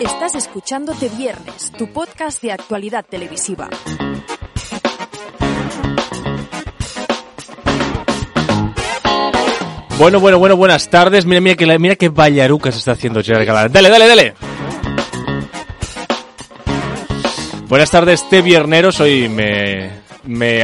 Estás escuchándote Viernes, tu podcast de actualidad televisiva. Bueno, bueno, bueno, buenas tardes. Mira, mira que la- mira qué ballaruca se está haciendo Gerard Galán. Dale, dale, dale. Buenas tardes, este vierneros. Hoy me, me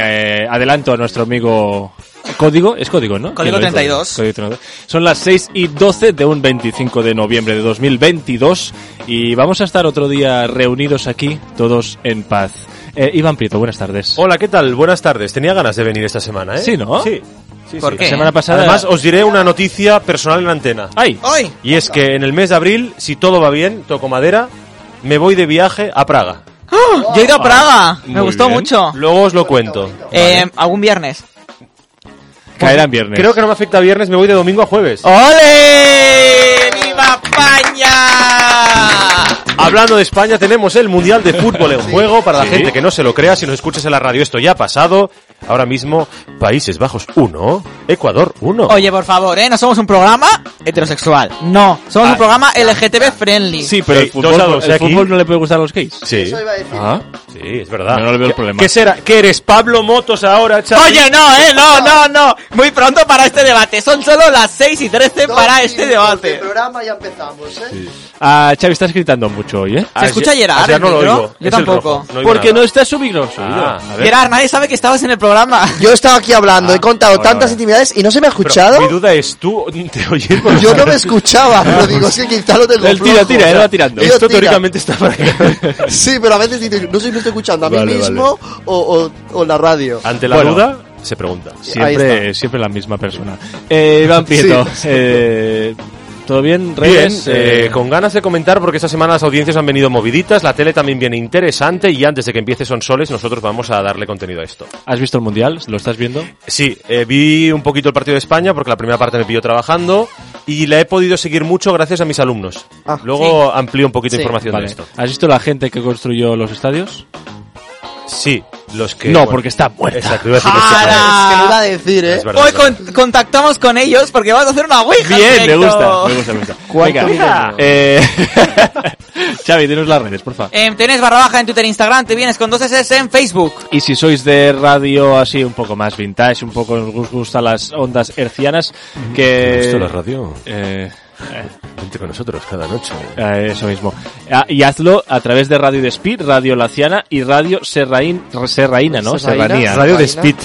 eh, adelanto a nuestro amigo Código. Es Código, ¿no? Código ¿Quién lo dijo? 32. Código 32. Son las 6 y 12 de un 25 de noviembre de 2022 y vamos a estar otro día reunidos aquí, todos en paz. Eh, Iván Prieto, buenas tardes. Hola, ¿qué tal? Buenas tardes. Tenía ganas de venir esta semana, ¿eh? Sí, ¿no? Sí. sí, ¿Por sí. qué? La semana pasada... Ah, Además, os diré una noticia personal en antena. ¡Ay! ¡Hoy! Y es que en el mes de abril, si todo va bien, toco madera, me voy de viaje a Praga. Yo he ido a Praga. Me Muy gustó bien. mucho. Luego os lo cuento. Eh, algún viernes. Caerá en viernes. Creo que no me afecta a viernes, me voy de domingo a jueves. Oh. ¡Ole! ¡Viva España! Hablando de España, tenemos el Mundial de Fútbol en juego. Para la Sí. gente que no se lo crea, si nos escuchas en la radio, esto ya ha pasado. Ahora mismo, Países Bajos 1, Ecuador 1. Oh. Oye, por favor, ¿eh? No somos un programa heterosexual. No, somos Ah, un programa LGTB friendly. Sí, pero Ey, el, fútbol, dos a dos, el ¿eh, aquí? fútbol no le puede gustar a los gays. Sí, Eso iba a decir. Ah. sí, es verdad. Yo no le veo el ¿Qué- problema. ¿Qué será? ¿Qué eres, Pablo Motos ahora, chaval? Oye, no, eh, no, no, no. Muy pronto para este debate. Son solo las 6 y 13 Dos para este minutos de debate. programa ya empezamos, ¿eh? Ah, Xavi, estás gritando mucho hoy, ¿eh? Ah, ¿Se escucha Gerard, Gerard no el lo micro? oigo. Yo Es el tampoco. rojo. No oigo Porque nada. no está subido. subido. Ah, a ver. Gerard, nadie sabe que estabas en el programa. Yo estaba aquí hablando, Ah, he contado ahora, tantas ahora. intimidades y no se me ha Pero escuchado. Mi duda es tú te oyes por- Yo no me escuchaba, pero digo, es que quizá lo tengo Él tira, flojo. tira, él va tirando. Yo Esto tira. teóricamente está para Sí, pero a veces digo, no sé si me estoy escuchando a mí Vale, Ah, mismo o, o- o la radio. Ante la Bueno. duda se pregunta. Siempre, siempre la misma persona. Eh, Iván Prieto, Sí. eh, ¿todo bien, Bien, Reyes? eh, Eh, con ganas de comentar porque esta semana las audiencias han venido moviditas, la tele también viene interesante y antes de que empiece Son Soles nosotros vamos a darle contenido a esto. ¿Has visto el Mundial? ¿Lo estás viendo? Sí, eh, vi un poquito el partido de España porque la primera parte me pilló trabajando y la he podido seguir mucho gracias a mis alumnos. Ah, Luego amplío un poquito Sí. información Vale. de esto. ¿Has visto la gente que construyó los estadios? Sí, los que... no, bueno, porque está muerta. Exacto, iba a decir ¡Jara! Es que lo iba a decir, ¿eh? Es verdad. Hoy con- contactamos con ellos porque vamos a hacer una Ouija. Bien, en me gusta, directo. me gusta, me gusta. Venga, ¿Cuánto dinero? eh, Xavi, dinos las redes, por favor. Em, tenés barra baja en Twitter e Instagram, te vienes con dos S en Facebook. Y si sois de radio así un poco más vintage, un poco os gustan las ondas hercianas, que... Esto es la radio. Eh, Vente con nosotros cada noche. eh, eso mismo. Ah, y hazlo a través de Radio Despid, Radio Laciana y Radio Serraín, Serraína, ¿no? Serraína. Serranía. Radio de Vaina. Speed.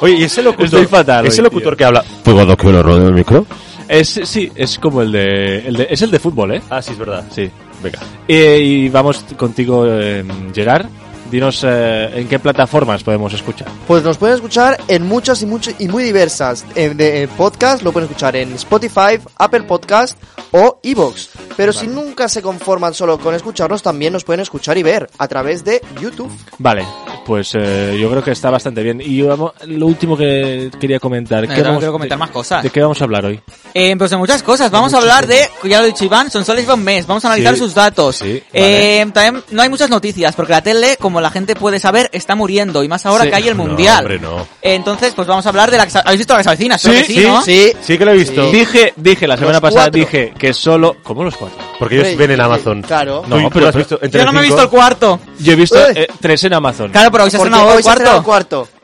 Oye, y ese locutor. Estoy fatal Ese hoy, locutor tío. que habla. ¿Puedo que lo rodeo el micro? Es, sí, es como el de, el de- Es el de fútbol, ¿eh? Ah, sí, es verdad. Sí. Venga. Eh, y vamos contigo, eh, Gerard. Dinos eh, en qué plataformas podemos escuchar. Pues nos pueden escuchar en muchas y, mucho- y muy diversas. En, de- en podcast lo pueden escuchar en Spotify, Apple Podcast o Evox. Pero si nunca se conforman solo con escucharnos, también nos pueden escuchar y ver a través de YouTube. Vale, pues eh, yo creo que está bastante bien. Y yo, vamos, lo último que quería comentar. No, ¿qué yo vamos- quiero comentar de- más cosas. ¿De qué vamos a hablar hoy? Eh, pues de muchas cosas. Vamos a hablar de, ya lo he dicho Iván, son soles un mes. Vamos a analizar Sí, sus datos. sí, Eh, También no hay muchas noticias, porque la tele, como la gente puede saber, está muriendo. Y más ahora Sí. que hay el No, mundial. hombre, no. Entonces, pues vamos a hablar de la que sa- ¿Habéis visto la que se avecina? Creo que sí, ¿no? Sí. Sí que lo he visto. Dije, dije la semana pasada, cuatro. dije que solo... ¿Cómo los cuatro? Porque ellos Hombre, ven en sí, Amazon. claro. No, No, pero, pero- has visto en eh, Yo no me he visto el Telecinco? cuarto. Yo he visto ¡Eh! eh, tres en Amazon. Claro, pero hoy se ha Porque estrenado hoy el se ha estrenado cuarto. el cuarto.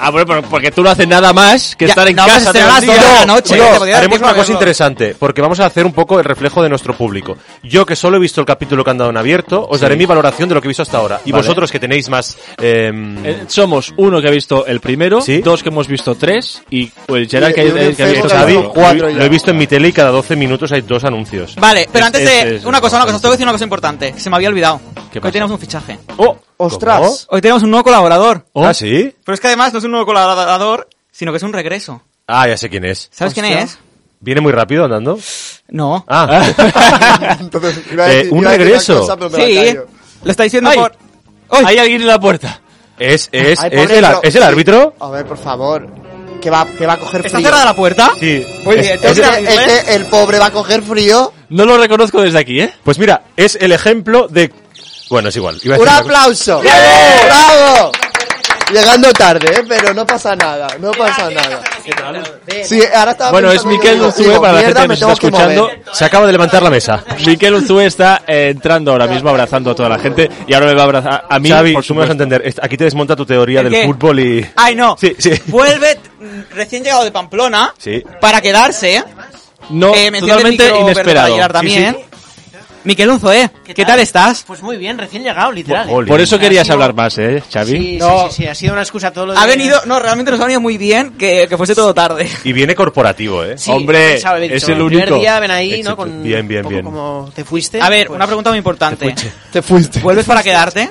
Ah, bueno, pero porque tú no haces nada más que Ya, estar en no, casa pues, será todo el las día. dos de la No, noche. no. Te podría dar Haremos tiempo una a cosa verlo. interesante, porque vamos a hacer un poco el reflejo de nuestro público. Yo, que solo he visto el capítulo que han dado en abierto, os daré mi valoración de lo que he visto hasta ahora. Y Vale. vosotros que tenéis más... em, Eh, somos uno que ha visto el primero, ¿Sí? dos que hemos visto tres y el Gerard Y- que, y un eh, que ha enfermo visto esto, que cuatro. ha Xavi, visto cuatro lo ya. he visto en mi tele y cada 12 minutos hay dos anuncios. Vale, pero Es- antes es- de... es- una cosa, una cosa. Os tengo que decir una cosa importante, que se me había olvidado. ¿Qué pasa? Hoy tenemos un fichaje. ¡Oh! Ostras. ¿cómo? Hoy tenemos un nuevo colaborador. Oh. ¿Ah, sí? Pero es que además no es un nuevo colaborador, sino que es un regreso. Ah, ya sé quién es. ¿Sabes quién Hostia. es? ¿Viene muy rápido andando? No. Ah, Entonces, iba a Eh, decir- un iba a decir una regreso. cosa, pero me la Sí, callo. lo está diciendo ¡Ay! por... Hay alguien en la puerta. ¿es, es, Ay, es, pobre, el, ar- pero- ¿es el árbitro? A ver, por favor. Que va, que va a coger ¿Está frío. cerrada la puerta? Sí. Muy Es- bien, es- tengo que Es que- abrirlo, es ¿eh? que el pobre va a coger frío. No lo reconozco desde aquí, ¿eh? pues mira, es el ejemplo de... Bueno, es igual. iba a ¡Un decir una cosa- aplauso! ¡Bravo! Llegando tarde, ¿eh? pero no pasa nada, no pasa nada. Sí, ahora estaba Bueno, es pensando yo, Miquel digo, Unzué digo, para la gente mierda, que me nos tengo está mover. escuchando. Se acaba de levantar la mesa. Miquel Unzué está eh, entrando ahora mismo abrazando a toda la gente y ahora me va a abrazar a mí. Xavi, por tú me vas supuesto. a entender. Est- Aquí te desmonta tu teoría ¿El del qué? fútbol y... Ay, no. Sí, sí. Vuelve mm, recién llegado de Pamplona Sí. para quedarse. No, Eh, me enciende el totalmente micro, inesperado. Bernardo Aguilar Sí, sí. también. Miquel Unzo, ¿eh? ¿Qué, tal estás? Pues muy bien, recién llegado, literal. ¿eh? Jolín. Por eso O sea, ha querías sido- hablar más, ¿eh, Xavi? Sí, sí, No. sí, sí, ha sido una excusa todo lo de- Ha venido, no, realmente nos ha venido muy bien que, que fuese todo tarde. Y viene corporativo, ¿eh? Sí, Hombre, pensaba, había es dicho, el único. primer día ven ahí, Exacto. ¿no? Con Bien, bien, un poco bien. Como te fuiste. A ver, pues, una pregunta muy importante. Te fuiste. ¿Vuelves para quedarte?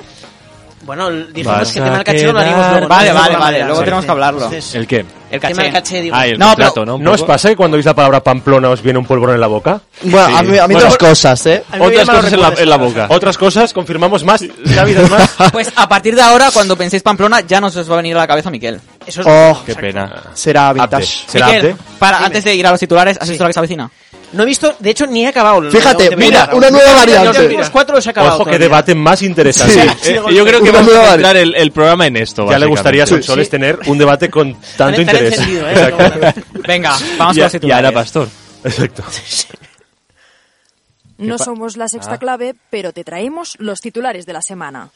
Bueno, Vas dijimos que a tema del caché lo haríamos luego. ¿no? Vale, En otro vale, programa, vale, ya, luego sí. tenemos que hablarlo. Entonces, ¿El qué? El tema caché. del caché, digo. Ah, el No, contrato, pero- ¿no? Un ¿No os poco. pasa que cuando oís la palabra Pamplona os viene un polvorón en la boca? Bueno, a mí, a mí Bueno, otras cosas, ¿eh? A mí me Otras vienen cosas en la, malos en la recuerdos. boca. Otras cosas, confirmamos más. Xavi, además. Pues a partir de ahora, cuando penséis Pamplona, ya no se os va a venir a la cabeza Miquel. Eso es- Oh, Qué pena. será Apte. vintage. ¿Será Miquel, apte? para, antes de ir a los titulares, ¿has visto la que se avecina? No he visto, de hecho, ni he acabado. lo- Fíjate, lo- mira, lo- una nueva Los variante. últimos cuatro los he acabado. Ojo, qué todavía. debate más interesante. Sí. Eh, Eh, yo creo que Una vamos a nueva centrar el, el programa en esto. Ya le gustaría a básicamente. Sonsoles tener un debate con tanto Tan- tan interés. encendido, ¿eh? Exacto. Venga, vamos Y a a- los y a titulares. Ana Pastor. Exacto. No somos la sexta clave, pero te traemos los titulares de la semana.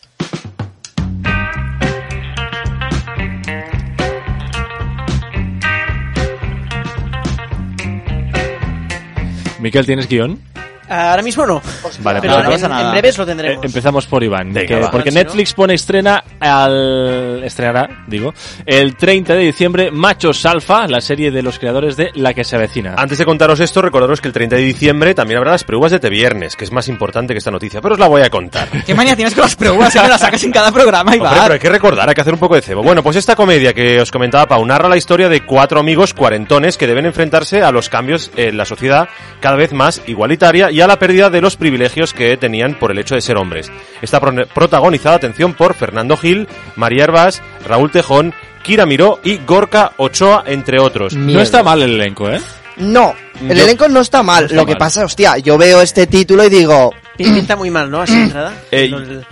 Miquel, ¿tienes guión? Ahora mismo no. Vale, pero pues en, pasa nada. en breves lo Eh, tendremos. empezamos por Iván. Venga, que- va. porque Sí, ¿no? Netflix pone estrena al. Estrenará, digo. El 30 de diciembre, Machos Alfa, la serie de los creadores de La que se avecina. Antes de contaros esto, recordaros que el 30 de diciembre también habrá las pruebas de este viernes, que es más importante que esta noticia, pero os la voy a contar. ¿Qué manía tienes con las preguntas? Siempre las sacas en cada programa, Hombre, pero Iván. hay que recordar, hay que hacer un poco de cebo. Bueno, pues esta comedia que os comentaba Pau narra la historia de cuatro amigos cuarentones que deben enfrentarse a los cambios en la sociedad cada vez más igualitaria y a la pérdida de los privilegios que tenían por el hecho de ser hombres. Está pro- protagonizada, atención, por Fernando Gil, María Herbas, Raúl Tejón, Kira Miró y Gorka Ochoa, entre otros. no está mal el elenco, ¿eh? No, el Yo- elenco no está mal. está lo que mal. pasa, hostia, yo veo este título y digo, Pinta muy mal, ¿no? Así de entrada. Eh, No, el-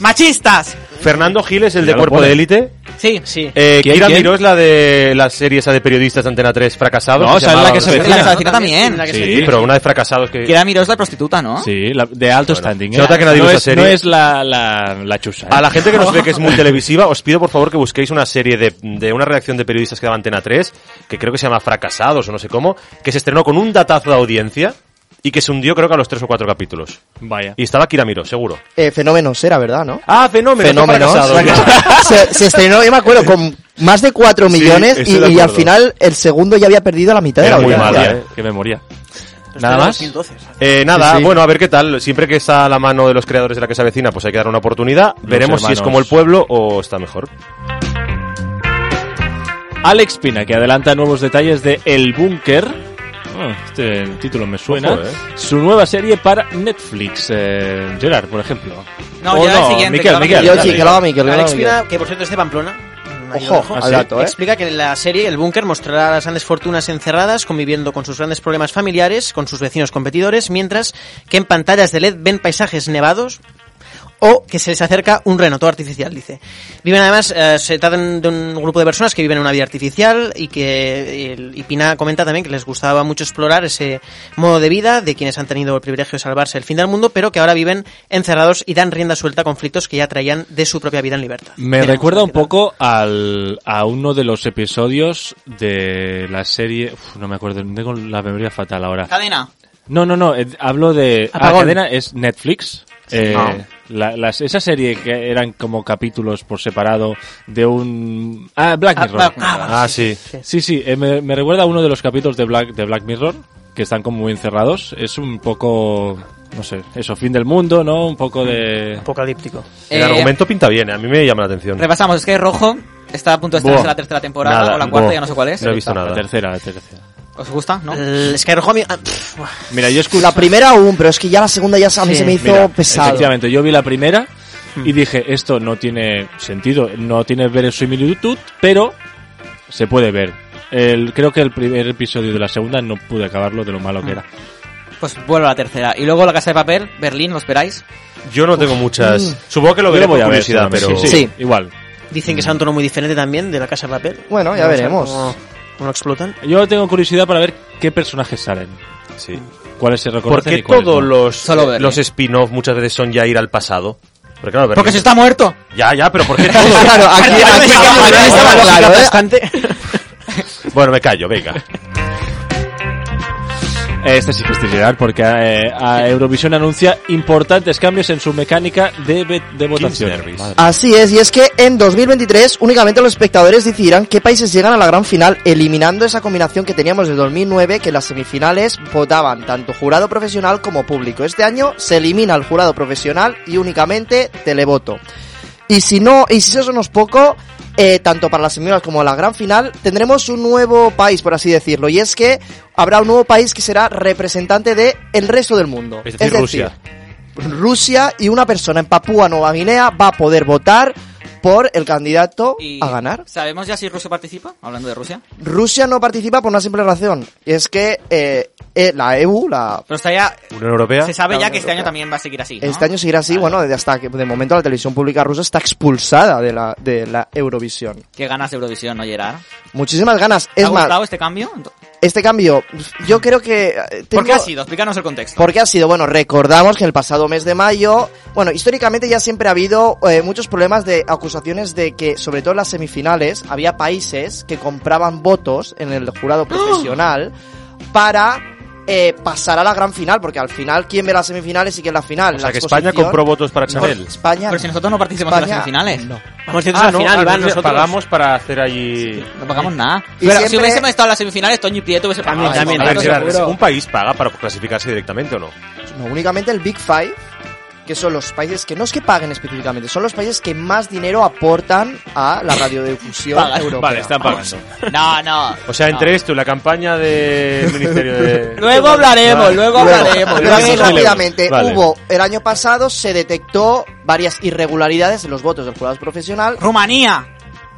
¡Machistas! Fernando Gil es el Ya de lo Cuerpo pone. de Élite. Sí, sí. Eh, ¿Quién, Kira quién? Miró es la de la serie esa de periodistas de Antena 3 fracasados. No, o sea, es la llamaba- que se Sí, avecina. La que se avecina también. La que se Sí. avecina. pero una de fracasados que... Kira Miró es la prostituta, ¿no? Sí, la- de alto standing. ¿Ah? se ¿eh? nota que nadie no, ve esa es, serie. no es la, la, la chusa. ¿eh? A la gente que nos ve que es muy televisiva, os pido por favor que busquéis una serie de, de una redacción de periodistas que daba Antena 3, que creo que se llama Fracasados o no sé cómo, que se estrenó con un datazo de audiencia y que se hundió creo que a los tres o cuatro capítulos. Vaya. Y estaba Kira Miró, seguro. eh, fenómeno era, ¿verdad, no? Ah, fenómeno. Fenómeno. se, se estrenó, yo me acuerdo, con más de 4 Sí, millones estoy y, de y al acuerdo. final el segundo ya había perdido la mitad Era de la muy audiencia. mala, Memoria, eh. Que memoria. nada Pero está de más. 2012, o sea, Eh, nada, Sí, sí. bueno, a ver qué tal. Siempre que está a la mano de los creadores de la que se avecina, pues hay que dar una oportunidad. Veremos si es hermanos. como el pueblo o está mejor. Alex Pina, que adelanta nuevos detalles de El Búnker. Ah, Este título me suena. Ojo, eh. Su nueva serie para Netflix. Eh, Gerard, por ejemplo. No, O ya el siguiente, Miquel, que lo haga Miquel. Yo, dale. sí, que lo haga Miquel, que lo haga Alex Miquel. Pina, que por cierto es de Pamplona. no hay Ojo, ojo, al dato, ¿eh? Explica que en la serie El Búnker mostrará las grandes fortunas encerradas, conviviendo con sus grandes problemas familiares, con sus vecinos competidores, mientras que en pantallas de LED ven paisajes nevados o que se les acerca un renato artificial, dice. Viven además, eh, se tratan de un grupo de personas que viven en una vida artificial y que el- y Pina comenta también que les gustaba mucho explorar ese modo de vida de quienes han tenido el privilegio de salvarse el fin del mundo, pero que ahora viven encerrados y dan rienda suelta a conflictos que ya traían de su propia vida en libertad. Me Veremos recuerda a ver un qué tal. poco al, a uno de los episodios de la serie. Uf, no me acuerdo, tengo la memoria fatal ahora. Cadena. No, no, no, eh, hablo de... ah, Apagón. cadena es Netflix. Eh, No. la- las- esa serie que eran como capítulos por separado de un... Ah, Black Ah, Mirror. Black Mirror. Ah, sí. Sí, sí, eh, me, me recuerda a uno de los capítulos de Black, de Black Mirror, que están como muy encerrados. Es un poco... No sé, eso, fin del mundo, ¿no? Un poco de... Apocalíptico. El Eh, argumento pinta bien, eh, a mí me llama la atención. Repasamos, es que Rojo está a punto de estrenarse Buah. la tercera temporada Nada, o la cuarta, buah. ya no sé cuál es. No he visto La nada. tercera, la tercera. ¿Os gusta? ¿No? El Skyrim Homie- ah, pff, buah. Mira, yo escucho... La primera aún, pero es que ya la segunda ya a mí Sí. se me hizo Mira, pesado. Efectivamente, yo vi la primera Hmm. y dije, esto no tiene sentido, no tiene verosimilitud, pero se puede ver. El, creo que el primer episodio de la segunda no pude acabarlo de lo malo Hmm. que era. Pues vuelvo a la tercera. Y luego La Casa de Papel, Berlín, ¿lo esperáis? Yo no tengo muchas. Supongo que lo Mm. Yo veré lo voy por a ver, curiosidad, seguramente. pero. sí, sí, Sí. igual. Dicen que es un tono muy diferente también de la Casa de Papel. Bueno, ya Vamos a ver veremos. cómo- cómo lo explotan. Yo tengo curiosidad para ver qué personajes salen, Sí. cuáles se reconocen Porque y cuáles todos no. los, Solo ver, los ¿eh? spin-off muchas veces son ya ir al pasado. Porque claro, Porque Berlín- se está muerto. Ya, ya, pero ¿por qué todos? Claro, aquí, aquí, aquí estaba claro, ¿eh? Bueno, me callo, venga. Este sí que es titular porque eh, a Eurovisión anuncia importantes cambios en su mecánica de, ve- de votación. Nervis. Madre. Así es, y es que en 2023 únicamente los espectadores decidirán qué países llegan a la gran final, eliminando esa combinación que teníamos de 2009 que en las semifinales votaban tanto jurado profesional como público. Este año se elimina el jurado profesional y únicamente televoto. Y si no, y si eso no es poco, eh, tanto para las semifinales como la gran final, tendremos un nuevo país, por así decirlo, y es que habrá un nuevo país que será representante de el resto del mundo. Es decir, Rusia. Rusia y una persona en Papúa Nueva Guinea va a poder votar por el candidato a ganar. ¿Sabemos ya si Rusia participa? Hablando de Rusia. Rusia no participa por una simple razón, y es que eh, eh, la EU, la Pero está ya. Unión Europea. Se sabe La ya Unión que este año Europea. también va a seguir así. ¿no? este año seguirá así, bueno, de hasta que de momento la televisión pública rusa está expulsada de la de la Eurovisión. Qué ganas de Eurovisión, ¿no, Gerard? Muchísimas ganas, ¿Te es ha más, gustado este cambio? este cambio yo creo que eh, ¿Por tengo- qué ha sido? Explícanos el contexto. Porque ha sido, bueno, recordamos que el pasado mes de mayo, bueno, históricamente ya siempre ha habido eh, muchos problemas de acusaciones de que, sobre todo en las semifinales, había países que compraban votos en el ¡Ah! jurado profesional para eh, pasar a la gran final, porque al final, ¿quién ve las semifinales y quién la final? O sea, La que España exposición- compró votos para No, Chanel. España. Pero si nosotros no participamos en las España- semifinales. No. Vamos Ah, Ah, directos a la final, Iván, nosotros. pagamos para hacer allí... pagamos nada. Y Pero si siempre- hubiésemos estado en las semifinales, Toño y Prieto hubiese pagado. También, también, A ver, Claro, Gerard, seguro. ¿un país paga para clasificarse directamente o no? No, únicamente el Big Five, que son los países que no es que paguen específicamente, son los países que más dinero aportan a la radiodifusión Pagan. europea. Vale, están pagando. No, no. O sea, entre esto y la campaña del Ministerio de... Luego hablaremos, luego hablaremos. Pero así Gracias, rápidamente, Vale. hubo, el año pasado se detectó varias irregularidades en los votos del jurado profesional, Rumanía.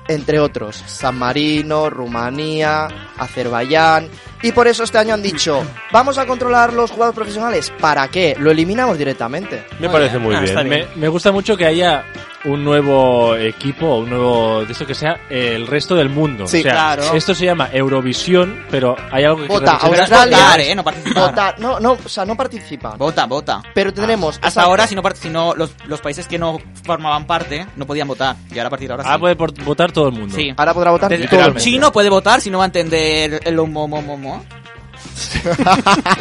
entre otros, San Marino, Rumanía, Azerbaiyán, y por eso este año han dicho, vamos a controlar los jurados profesionales, ¿para qué? Lo eliminamos directamente. Me parece muy Ah, está bien. bien. Me, me gusta mucho que haya un nuevo equipo, un nuevo de esto que sea el resto del mundo. Sí, o sea, claro. Esto se llama Eurovisión, pero hay algo que Vota, representa- Pero es Australia. votar, ¿eh? No participar. Vota, no, no, o sea, no participan. Vota, vota. Pero tendremos... Hasta esa- ahora, si no, part- si no los, los países que no formaban parte no podían votar. Y ahora a partir de ahora sí. Ah, puede por- votar todo el mundo. Sí. Ahora podrá votar Desde- todo el el mundo. chino puede votar si no va a entender el homo, mo, mo, mo.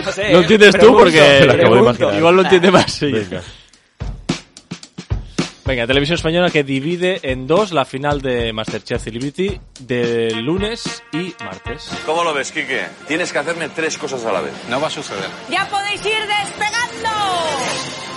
No sé, Lo entiendes tú pregunto, porque lo acabo de pregunto. imaginar. igual lo entiende más. ella. Venga. Venga, televisión española que divide en dos la final de Masterchef Celebrity de lunes y martes. ¿Cómo lo ves, Quique? Tienes que hacerme tres cosas a la vez. No va a suceder. ¡Ya podéis ir despegando!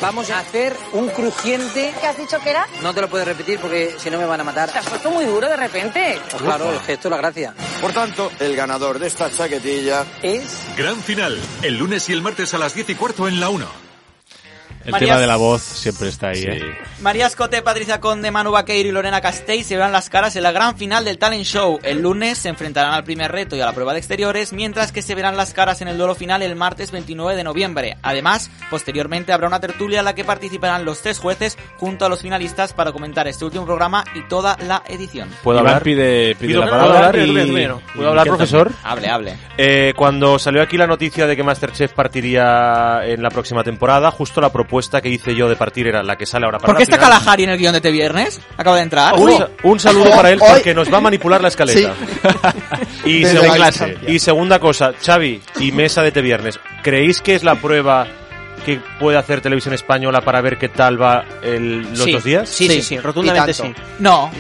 Vamos a hacer un crujiente. ¿Qué has dicho que era? No te lo puedes repetir porque si no me van a matar. Te has puesto muy duro de repente. Pues claro, el gesto, la gracia. Por tanto, el ganador de esta chaquetilla Es Gran final, el lunes y el martes a las 10 y cuarto en la 1. El María- tema de la voz siempre está ahí, Sí. ¿eh? María Escote, Patricia Conde, Manu Vaqueiro y Lorena Castell se verán las caras en la gran final del Talent Show. El lunes se enfrentarán al primer reto y a la prueba de exteriores, mientras que se verán las caras en el duelo final el martes 29 de noviembre. Además, posteriormente habrá una tertulia en la que participarán los tres jueces junto a los finalistas para comentar este último programa y toda la edición. ¿Puedo Iván hablar? pide, pide ¿Puedo la palabra. hablar? y- Primero, primero. ¿Puedo hablar, y- profesor? Hable, hable. Eh, cuando salió aquí la noticia de que Masterchef partiría en la próxima temporada, justo la propuesta que hice yo de partir era la que sale ahora para ¿Por qué está la final. Kalahari en el guión de este viernes? Acaba de entrar. Un, sa- un saludo para él Hoy- porque nos va a manipular la escaleta. y, Desde segun- la clase. y segunda cosa, Xavi y Mesa de este viernes, ¿creéis que es la prueba que puede hacer Televisión Española para ver qué tal va el- los Sí, dos días? Sí, sí, sí, rotundamente Y sí. tanto. No.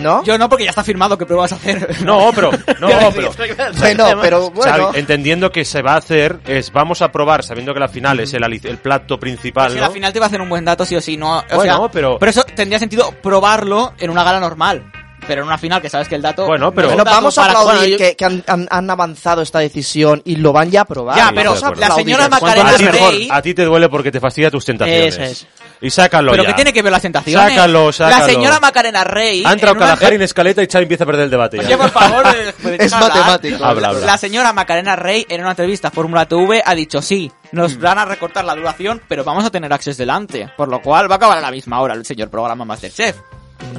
¿No? Yo no, porque ya está firmado que pruebas a hacer. No, pero, no, pero, Bueno, pero Xavi, bueno... entendiendo que se va a hacer, es vamos a probar, sabiendo que la final es el, ali- el plato principal, Si ¿no? la final te va a hacer un buen dato, sí o sí. No, o Bueno, sea, pero- eso tendría sentido probarlo en una gala normal. Pero en una final que sabes que el dato. Bueno, pero- no es un Bueno, dato vamos a para- aplaudir bueno, yo- que, que han, han- han avanzado esta decisión y lo van ya a probar. Ya, Vale, pero estoy de acuerdo. la señora Aplaudir. Macarena a, ti, Rey. a ti te duele porque te fastidia tus tentaciones. Esa es. Y sácalo Pero ya. que tiene que ver las tentaciones. Sácalo, sácalo. La señora Macarena Rey. Ha entrado en una- Kalahari en escaleta y Xavi empieza a perder el debate. ya. Oye, por favor, eh, ¿puedes Es hablar? matemático. Habla, habla. La señora Macarena Rey, en una entrevista a Fórmula TV, ha dicho: Sí, nos van a recortar la duración, pero vamos a tener Access delante. Por lo cual va a acabar a la misma hora el señor programa Masterchef.